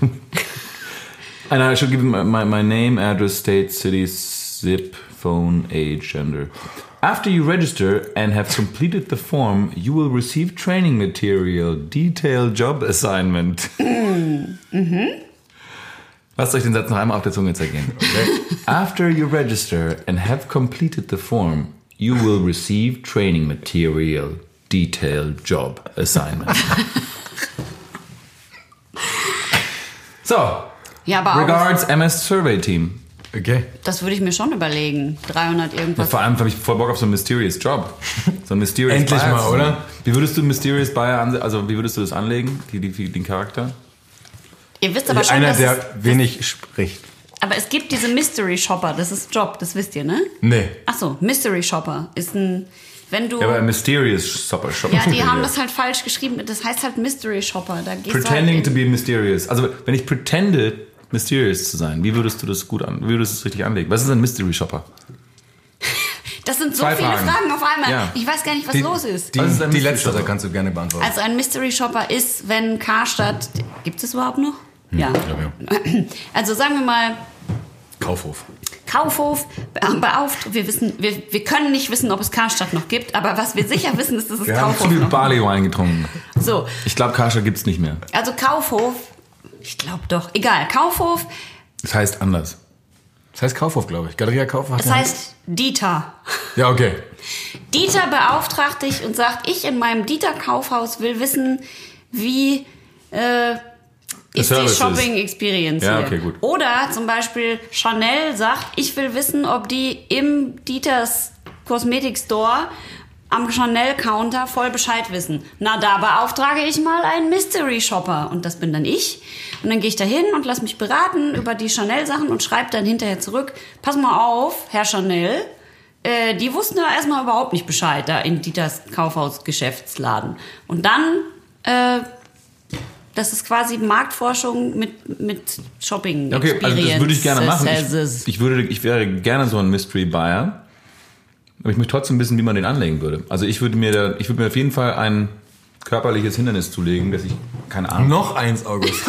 A: And I should give my, my, my name, address, state, city, zip, phone, age, gender. After you register and have completed the form, you will receive training material, detailed job assignment. Lasst euch den Satz noch einmal auf der Zunge zergehen. Okay? After you register and have completed the form, you will receive training material, detailed job assignment. so,
B: Ja, aber auch,
A: Regards MS Survey Team.
C: Okay.
B: das würde ich mir schon überlegen. 300
A: Ja,
B: irgendwas.
A: vor allem habe ich voll Bock auf so einen Mysterious Job. So ein Mysterious
C: Endlich
A: Buyer.
C: mal, oder?
A: Wie würdest du Mysterious Buyer anse- also wie würdest du das anlegen, die, die, den Charakter?
B: Ihr wisst aber schon,
C: Einer,
B: dass es,
C: der wenig spricht.
B: aber es gibt diese Mystery Shopper. Das ist Job, das wisst ihr, ne?
C: Nee.
B: Ach so, Mystery Shopper ist ein, wenn du,
A: Ja, aber
B: ja,
A: Mysterious Shopper. Shopper
B: die haben das halt falsch geschrieben. Das heißt halt Mystery Shopper. Da gehst
A: Pretending
B: du
A: to
B: halt
A: be mysterious. Also wenn ich pretende, mysterious zu sein, wie würdest du das gut an, wie würdest du das richtig anlegen? Was ist ein Mystery Shopper?
B: in, Das sind so
A: Zwei
B: viele
A: Fragen.
B: Fragen. auf einmal.
A: Ja.
B: Ich weiß gar nicht, was los ist.
C: Die,
A: Was ist ein
C: die
A: Mystery
C: letztere
A: Shopper?
C: kannst du gerne beantworten.
B: Also ein Mystery Shopper ist, wenn Karstadt, gibt es überhaupt noch?
A: Hm,
B: Ja.
C: glaube,
B: [CLEARS THROAT] Also sagen wir mal,
C: Kaufhof.
B: Kaufhof be- äh, beauft. Wir wissen, wir, wir können nicht wissen, ob es Karstadt noch gibt, aber was wir sicher wissen, ist, dass es
A: Wir haben zu
B: Kaufhof ne?
A: viel
B: noch
A: Barley Wine getrunken.
B: So,
A: Ich glaube, Kascha gibt's nicht mehr.
B: also Kaufhof, ich glaube doch, egal, Kaufhof,
A: Das heißt anders.
C: Das heißt Kaufhof, glaube ich. Galeria Kaufhof.
B: das heißt Dieter.
C: Ja, okay.
B: Dieter beauftragt dich und sagt, ich in meinem Dieter-Kaufhaus will wissen, wie äh, ist die
A: Service ist.
B: Shopping Experience
A: Ja,
B: hier.
A: okay, gut.
B: Oder zum Beispiel Chanel sagt, ich will wissen, ob die im Dieters Kosmetikstore am Chanel-Counter voll Bescheid wissen. Na, da beauftrage ich mal einen Mystery-Shopper. Und das bin dann ich. Und dann gehe ich da hin und lass mich beraten über die Chanel-Sachen und schreibe dann hinterher zurück, pass mal auf, Herr Chanel, äh, die wussten ja erstmal überhaupt nicht Bescheid da in Dieters Kaufhaus-Geschäftsladen. Und dann, äh, das ist quasi Marktforschung mit, mit shopping
A: also Okay, also das würde ich gerne machen.
B: Experiences.
A: Ich, ich, würde, ich wäre gerne so ein Mystery Buyer. Aber ich möchte trotzdem wissen, wie man den anlegen würde. Also ich würde mir da, ich würde mir auf jeden Fall ein körperliches Hindernis zulegen, dass ich keine Ahnung.
C: Noch eins, August.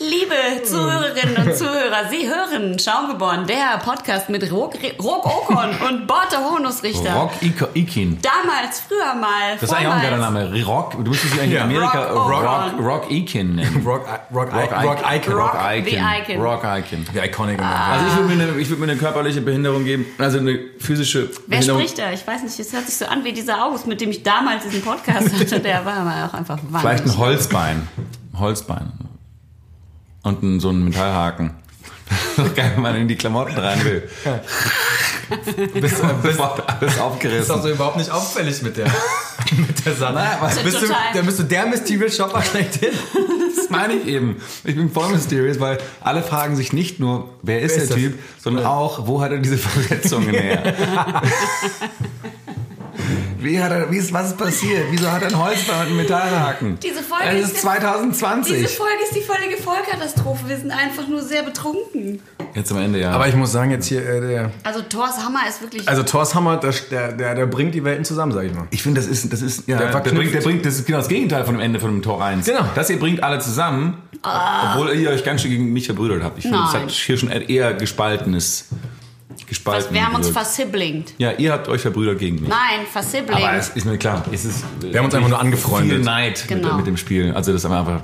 B: Liebe Zuhörerinnen und Zuhörer, Sie hören Schaumgeboren, der Podcast mit Rock, Rock Okon und Borte Honusrichter.
A: Rock Iko- Ikin.
B: Damals, früher mal.
A: Das ist eigentlich auch ein geiler
B: vormals.
A: Name. Rock, du müsstest dich eigentlich in
C: Ja. oh.
A: Amerika
B: Rock
A: Rock, Rock,
B: Icon.
A: Rock Icon nennen.
C: [LAUGHS] Rock, Rock,
A: Rock
C: Icon. Rock Icon.
A: Rock
B: Rock
A: Icon.
B: the Ah. Icon.
A: Rock Icon.
C: The Iconic.
A: Also ich würde mir, eine- ich würd mir eine körperliche Behinderung geben, also eine physische
B: Wer
A: Behinderung.
B: spricht da? Ich weiß nicht, es hört sich so an wie dieser August, mit dem ich damals diesen Podcast hatte. Der war aber auch einfach
A: Vielleicht ein
B: wahnsinnig.
A: Holzbein. Ein Holzbein. Und ein, so ein Metallhaken. [LAUGHS] Geil, wenn man in die Klamotten rein will.
C: bist, du- bist,
A: Sofort alles
C: bist auch
A: aufgerissen.
C: so überhaupt nicht auffällig mit der, mit [LAUGHS] der Sanne.
A: Nein, was-
C: bist du,
B: Total.
C: da bist du der Mysterious Shopper schlechthin.
A: [LAUGHS] Das meine ich eben. Ich bin voll mysterious, weil alle fragen sich nicht nur, wer ist
C: Wer
A: der
C: ist das?
A: Typ, sondern auch, wo hat er diese Verletzungen
C: [LAUGHS]
A: her? Wie hat er, wie ist, was ist passiert? Wieso hat er ein Holzbein und einen Metallhaken?
B: Diese Folge
A: Es
B: ist
A: ist
B: jetzt- Diese
A: 2020.
B: Folge ist die völlige Vollkatastrophe. Wir sind einfach nur sehr betrunken.
A: Jetzt am Ende, ja.
C: Aber ich muss sagen, jetzt hier, äh, der,
B: Also Thors Hammer ist wirklich.
C: also Thor's Hammer, der, der, der, der bringt die Welten zusammen, sag ich mal.
A: Ich finde, das ist, das ist, ja,
C: Der
A: der,
C: verknüpft-
A: bringt, der bringt, das ist genau das Gegenteil von dem Ende von dem Tor 1.
C: Genau.
A: Das ihr bringt alle zusammen, obwohl ihr euch ganz schön gegen mich verbrüdert habt. Ich finde, das
B: Ah. Nein.
A: hat hier schon eher gespaltenes, gespalten.
B: wir haben uns
A: gewirkt.
B: versiblingt.
A: Ja, ihr habt euch verbrüdert gegen mich.
B: Nein,
A: Aber
B: versiblingt.
A: es ist mir klar, es ist, äh,
C: Wir haben uns einfach nur angefreundet.
A: Viel Neid mit,
B: Genau.
A: mit dem Spiel. Also das ist einfach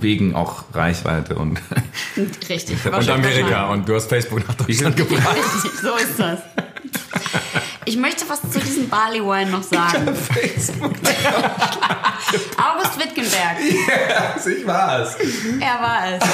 A: wegen auch Reichweite und [LAUGHS]
B: Richtig.
C: Und
B: wahrscheinlich.
C: Amerika. Und du hast Facebook nach Deutschland
A: viel-
C: gebracht.
B: Richtig, so ist das. Ich möchte was zu diesem Barley Wine noch
C: [LAUGHS]
B: sagen.
A: Facebook.
B: August Wittgenberg.
A: ich war's.
B: Er war es.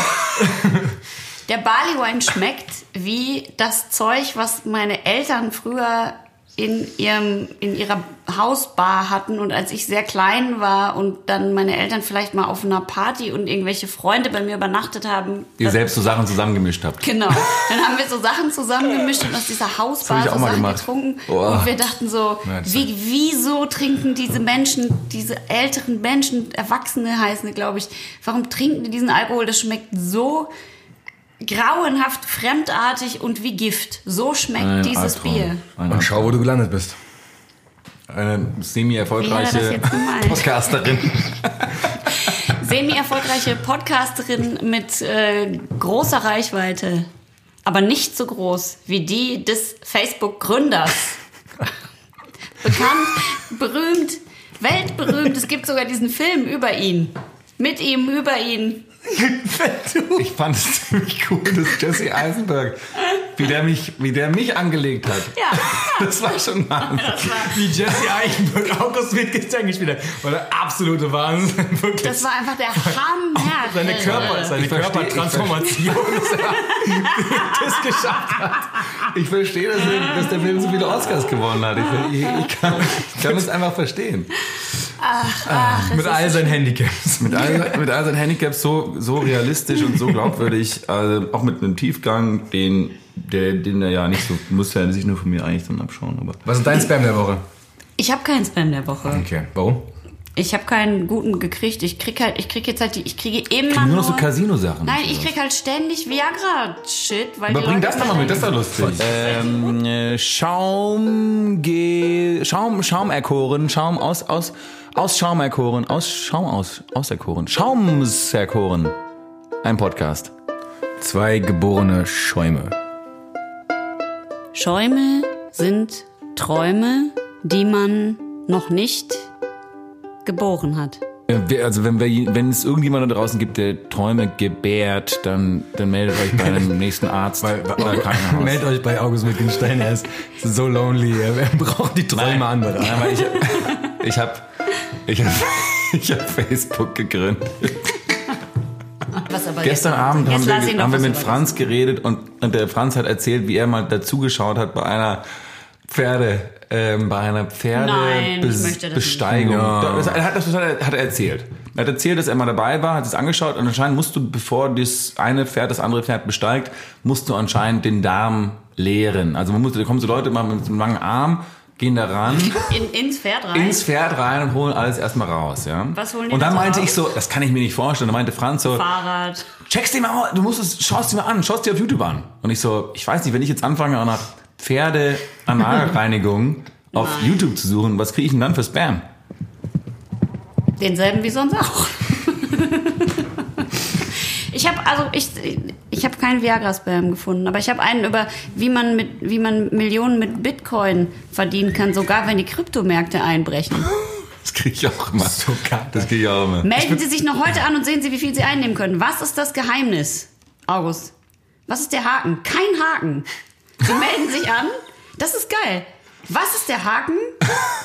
B: Der Barley Wine schmeckt wie das Zeug, was meine Eltern früher in, ihrem, in ihrer Hausbar hatten und als ich sehr klein war und dann meine Eltern vielleicht mal auf einer Party und irgendwelche Freunde bei mir übernachtet haben.
A: Ihr
B: das-
A: selbst so Sachen zusammengemischt habt.
B: Genau. Dann haben wir so Sachen zusammengemischt und aus dieser Hausbar
A: hab ich
B: so
A: auch mal
B: Sachen
A: gemacht.
B: getrunken.
A: Boah.
B: Und wir dachten so,
C: Nein, das
B: wie, wieso trinken diese Menschen, diese älteren Menschen, Erwachsene heißen, glaube ich, warum trinken die diesen Alkohol? Das schmeckt so grauenhaft, fremdartig und wie Gift. So schmeckt
A: Ein
B: dieses
A: Albtraum.
B: Bier.
A: Ein
C: Und
A: Albtraum.
C: schau, wo du gelandet bist.
A: eine
B: Wie hat er
A: semi-erfolgreiche
B: das jetzt gemeint?
A: Podcasterin.
B: Semi-erfolgreiche Podcasterin mit äh, großer Reichweite, aber nicht so groß wie die des Facebook-Gründers. Bekannt, berühmt, weltberühmt. Es gibt sogar diesen Film über ihn. Mit ihm, über ihn.
A: Ich fand es ziemlich cool, dass Jesse Eisenberg, wie der mich, wie der mich angelegt hat.
B: Ja.
A: Das war schon Wahnsinn.
B: Das war,
C: Wie Jesse Eichenberg, August Wittgenstein gespielt hat. War der absolute Wahnsinn, [LAUGHS] wirklich.
B: das war einfach der Hammer.
C: seine Körper, seine
A: Ich verstehe,
C: Körpertransformation, dass er das geschafft hat.
A: Ich verstehe, dass, der- dass der Film so viele Oscars gewonnen hat. Ich, ich, ich, kann, ich kann das einfach verstehen.
C: Mit all [LAUGHS] seinen Handicaps.
A: Mit all, mit all seinen Handicaps so, so realistisch und so glaubwürdig, also auch mit einem Tiefgang, den, der, den er ja nicht so, muss er sich nur von mir eigentlich dann abschauen. Aber
C: Was ist dein Spam der Woche?
B: Ich habe keinen Spam der Woche.
C: Okay, warum?
B: Ich habe keinen guten gekriegt. Ich krieg halt, ich krieg jetzt halt die, ich kriege immer
A: nur noch so Casino-Sachen.
B: Nein, ich krieg halt ständig Viagra-Shit, weil
A: Aber
B: die
A: bring
B: Leute halt
A: das doch mal mit, das ist doch lustig. Ähm, äh, Schaum, Schaum, Schaumerkoren, Schaum aus, aus, aus Schaumerkoren, aus Schaum aus, auserkoren, Schaumserkoren. Ein Podcast.
C: Zwei geborene Schäume.
B: Schäume sind Träume, die man noch nicht geboren hat.
A: Äh, wer- Also wenn, wir, wenn es irgendjemand da draußen gibt, der Träume gebärt, dann, dann meldet euch bei [LAUGHS] einem nächsten Arzt oder
C: [LAUGHS]
A: Krankenhaus.
C: Meldet euch bei August Wittgenstein, er ist so lonely. Er braucht die Träume an,
A: Nein, aber
C: [LAUGHS]
A: ich, ich habe ich hab, [LAUGHS] ich hab Facebook gegründet.
B: Was aber
A: Gestern Abend
B: Jetzt
A: haben wir,
B: lass ihn doch
A: haben wir
B: was
A: mit
B: über-
A: Franz geredet und, und der Franz hat erzählt, wie er mal dazugeschaut hat bei einer Pferde, ähm, bei einer
B: Nein, ich möchte das
A: Pferdebesteigung. Das, er hat, das hat, er erzählt. Er hat erzählt, dass er mal dabei war, hat es angeschaut und anscheinend musst du, bevor das eine Pferd das andere Pferd besteigt, musst du anscheinend den Darm leeren. Also man muss, da kommen so Leute immer mit so einem langen Arm, gehen da
B: [LAUGHS]
A: ran,
B: In, ins Pferd rein.
A: ins Pferd rein und holen alles erstmal raus, ja.
B: Was holen die
A: und dann
B: da
A: meinte
B: raus?
A: ich so, das kann ich mir nicht vorstellen. Da meinte Franz so,
B: Fahrrad.
A: check's dir mal aus, du musst es, schaust dir mal an, schaust dir auf YouTube an. Und ich so, ich weiß nicht, wenn ich jetzt anfange, auch nach
B: [LAUGHS]
A: Pferde-Analreinigung auf YouTube zu suchen, was kriege ich denn dann für Spam?
B: Denselben wie sonst auch. [LAUGHS] ich habe also ich ich habe keinen Viagra Spam gefunden, aber ich habe einen über wie man mit wie man Millionen mit Bitcoin verdienen kann, sogar wenn die Kryptomärkte einbrechen.
A: Das kriege ich auch immer.
C: So geil.
A: das kriege ich auch immer.
B: Melden Sie sich noch heute an und sehen Sie, wie viel Sie einnehmen können. Was ist das Geheimnis? August. Was ist der Haken? Kein Haken. [LAUGHS] Sie melden sich an. Das ist geil. Was ist der Haken?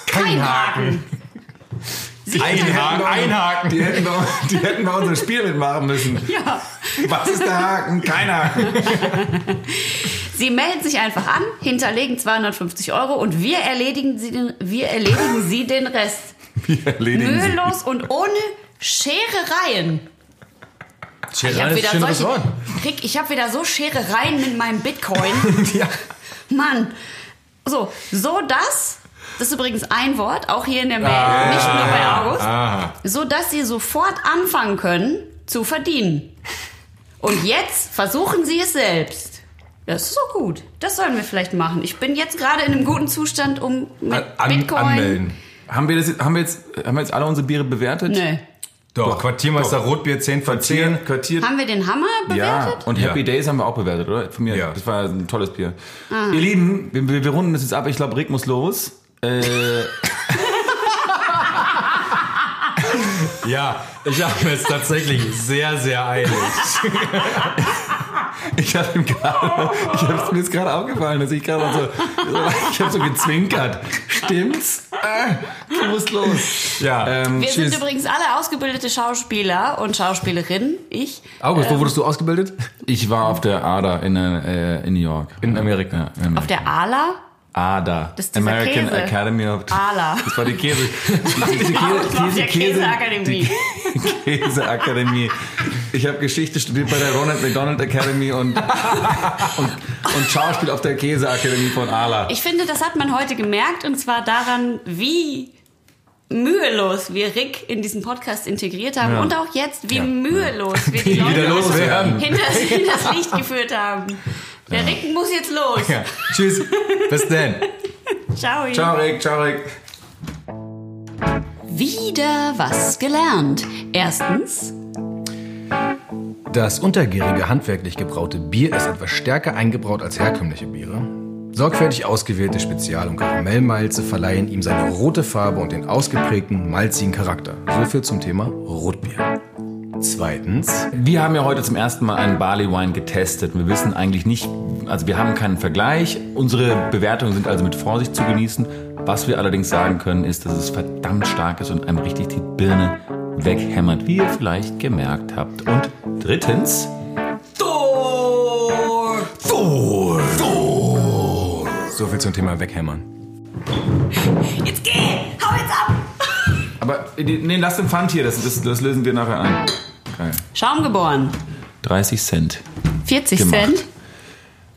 B: Kein, Haken. Sie
A: Einhaken, einhaken.
C: Die hätten bei, die hätten bei unserem Spiel mitmachen müssen.
B: Ja.
C: Was ist der Haken? Kein Haken.
B: Sie melden sich einfach an, hinterlegen 250 Euro und wir erledigen Sie den, wir erledigen Sie den Rest.
A: [LAUGHS] Wir erledigen sie.
B: Mühelos und ohne Scherereien. Ich habe wieder,
C: Schöneres
B: solche-
C: Wort.
B: Rick, ich hab wieder so Scherereien mit meinem Bitcoin.
C: [LAUGHS] Ja.
B: Mann. So, so das. Das ist übrigens ein Wort, auch hier in der Mail,
C: Ah.
B: nicht nur bei August. So dass sie sofort anfangen können zu verdienen. Und jetzt versuchen sie es selbst. Das ist so gut. Das sollen wir vielleicht machen. Ich bin jetzt gerade in einem guten Zustand, um mit
C: An,
B: Bitcoin.
C: anmelden.
A: Haben wir, das, jetzt- haben, wir jetzt, haben wir jetzt alle unsere Biere bewertet?
B: Nö.
C: Doch, Quartiermeister Rotbier 10 von 10.
A: Quartier.
B: Haben wir den Hammer
A: Ja,
B: bewertet?
A: und Happy
C: Ja.
A: Days haben wir auch bewertet, oder? Von mir.
C: Ja.
A: Das war ein tolles Bier.
B: Ah.
A: Ihr Lieben, wir, wir, wir runden das jetzt ab. Ich glaube, Rick muss los. Äh,
C: Ja, ich habe mir jetzt tatsächlich sehr, sehr eilig.
A: ich habe ihm gerade, ich hab's mir jetzt gerade aufgefallen, dass ich gerade so, ich habe so gezwinkert. Stimmt's? Äh, du musst los.
C: Ja.
A: Ähm,
B: wir
A: tschüss.
B: sind übrigens alle ausgebildete Schauspieler und Schauspielerinnen. Ich.
C: August,
B: Ähm.
C: wo wurdest du ausgebildet?
A: Ich war auf der ADA in, äh, in New York. In Amerika. Ja, in
B: Auf der Ala.
A: ADA.
B: Das ist dieser
A: American
B: Käse.
A: Academy of...
B: Ala.
A: Das war die Käse.
B: [LAUGHS]
A: die
B: Auf der Käseakademie.
A: Die Käseakademie. Ich habe Geschichte studiert bei der Ronald McDonald Academy und, und, und Schauspiel auf der Käseakademie von Ala.
B: Ich finde, das hat man heute gemerkt und zwar daran, wie mühelos wir Rick in diesen Podcast integriert haben
A: Ja.
B: und auch jetzt, wie mühelos wir die
C: Wie
B: Leute
C: wieder loswerden.
B: hinter sich
A: [LAUGHS]
B: in das Licht geführt haben. Der Rick muss jetzt los.
C: Ja. Tschüss. Bis dann.
B: Ciao. ihr.
C: Ciao, Rick. Ciao, Rick.
B: Wieder was gelernt. Erstens,
C: Das untergärige, handwerklich gebraute Bier ist etwas stärker eingebraut als herkömmliche Biere. Sorgfältig ausgewählte Spezial- und Karamellmalze verleihen ihm seine rote Farbe und den ausgeprägten, malzigen Charakter. So viel zum Thema Rotbier. Zweitens,
A: Wir haben ja heute zum ersten Mal einen Barley Wine getestet. Wir wissen eigentlich nicht, also wir haben keinen Vergleich. Unsere Bewertungen sind also mit Vorsicht zu genießen. Was wir allerdings sagen können, ist, dass es verdammt stark ist und einem richtig die Birne weghämmert, wie ihr vielleicht gemerkt habt. Und drittens.
C: so viel zum Thema Weghämmern.
B: jetzt geh, hau jetzt ab.
A: Aber nee, lass den Pfand hier, das, das, das lösen wir nachher ein. Geil.
B: Schaum geboren.
A: 30 Cent.
B: 40
A: Gemacht.
B: Cent.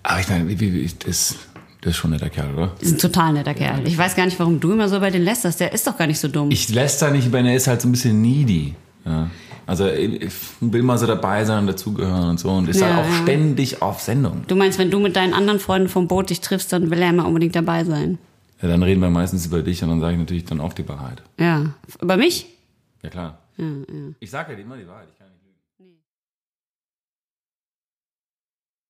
A: Aber ich meine, wie, wie, wie, das, das ist schon netter Kerl, oder?
B: Das ist ein total netter Kerl. Ich weiß gar nicht, warum du immer so über den lästerst. Der ist doch gar nicht so dumm.
A: Ich lässt da nicht über, er ist halt so ein bisschen needy. Ja. Also ich will mal so dabei sein und dazugehören und so und ist
B: Ja,
A: halt auch
B: ja.
A: ständig auf Sendung.
B: Du meinst, wenn du mit deinen anderen Freunden vom Boot dich triffst, dann will er immer unbedingt dabei sein.
A: Ja, dann reden wir meistens über dich und dann sage ich natürlich dann auch die Wahrheit.
B: Ja. Über mich?
A: Ja klar. Ich sage halt immer die Wahrheit. Ich kann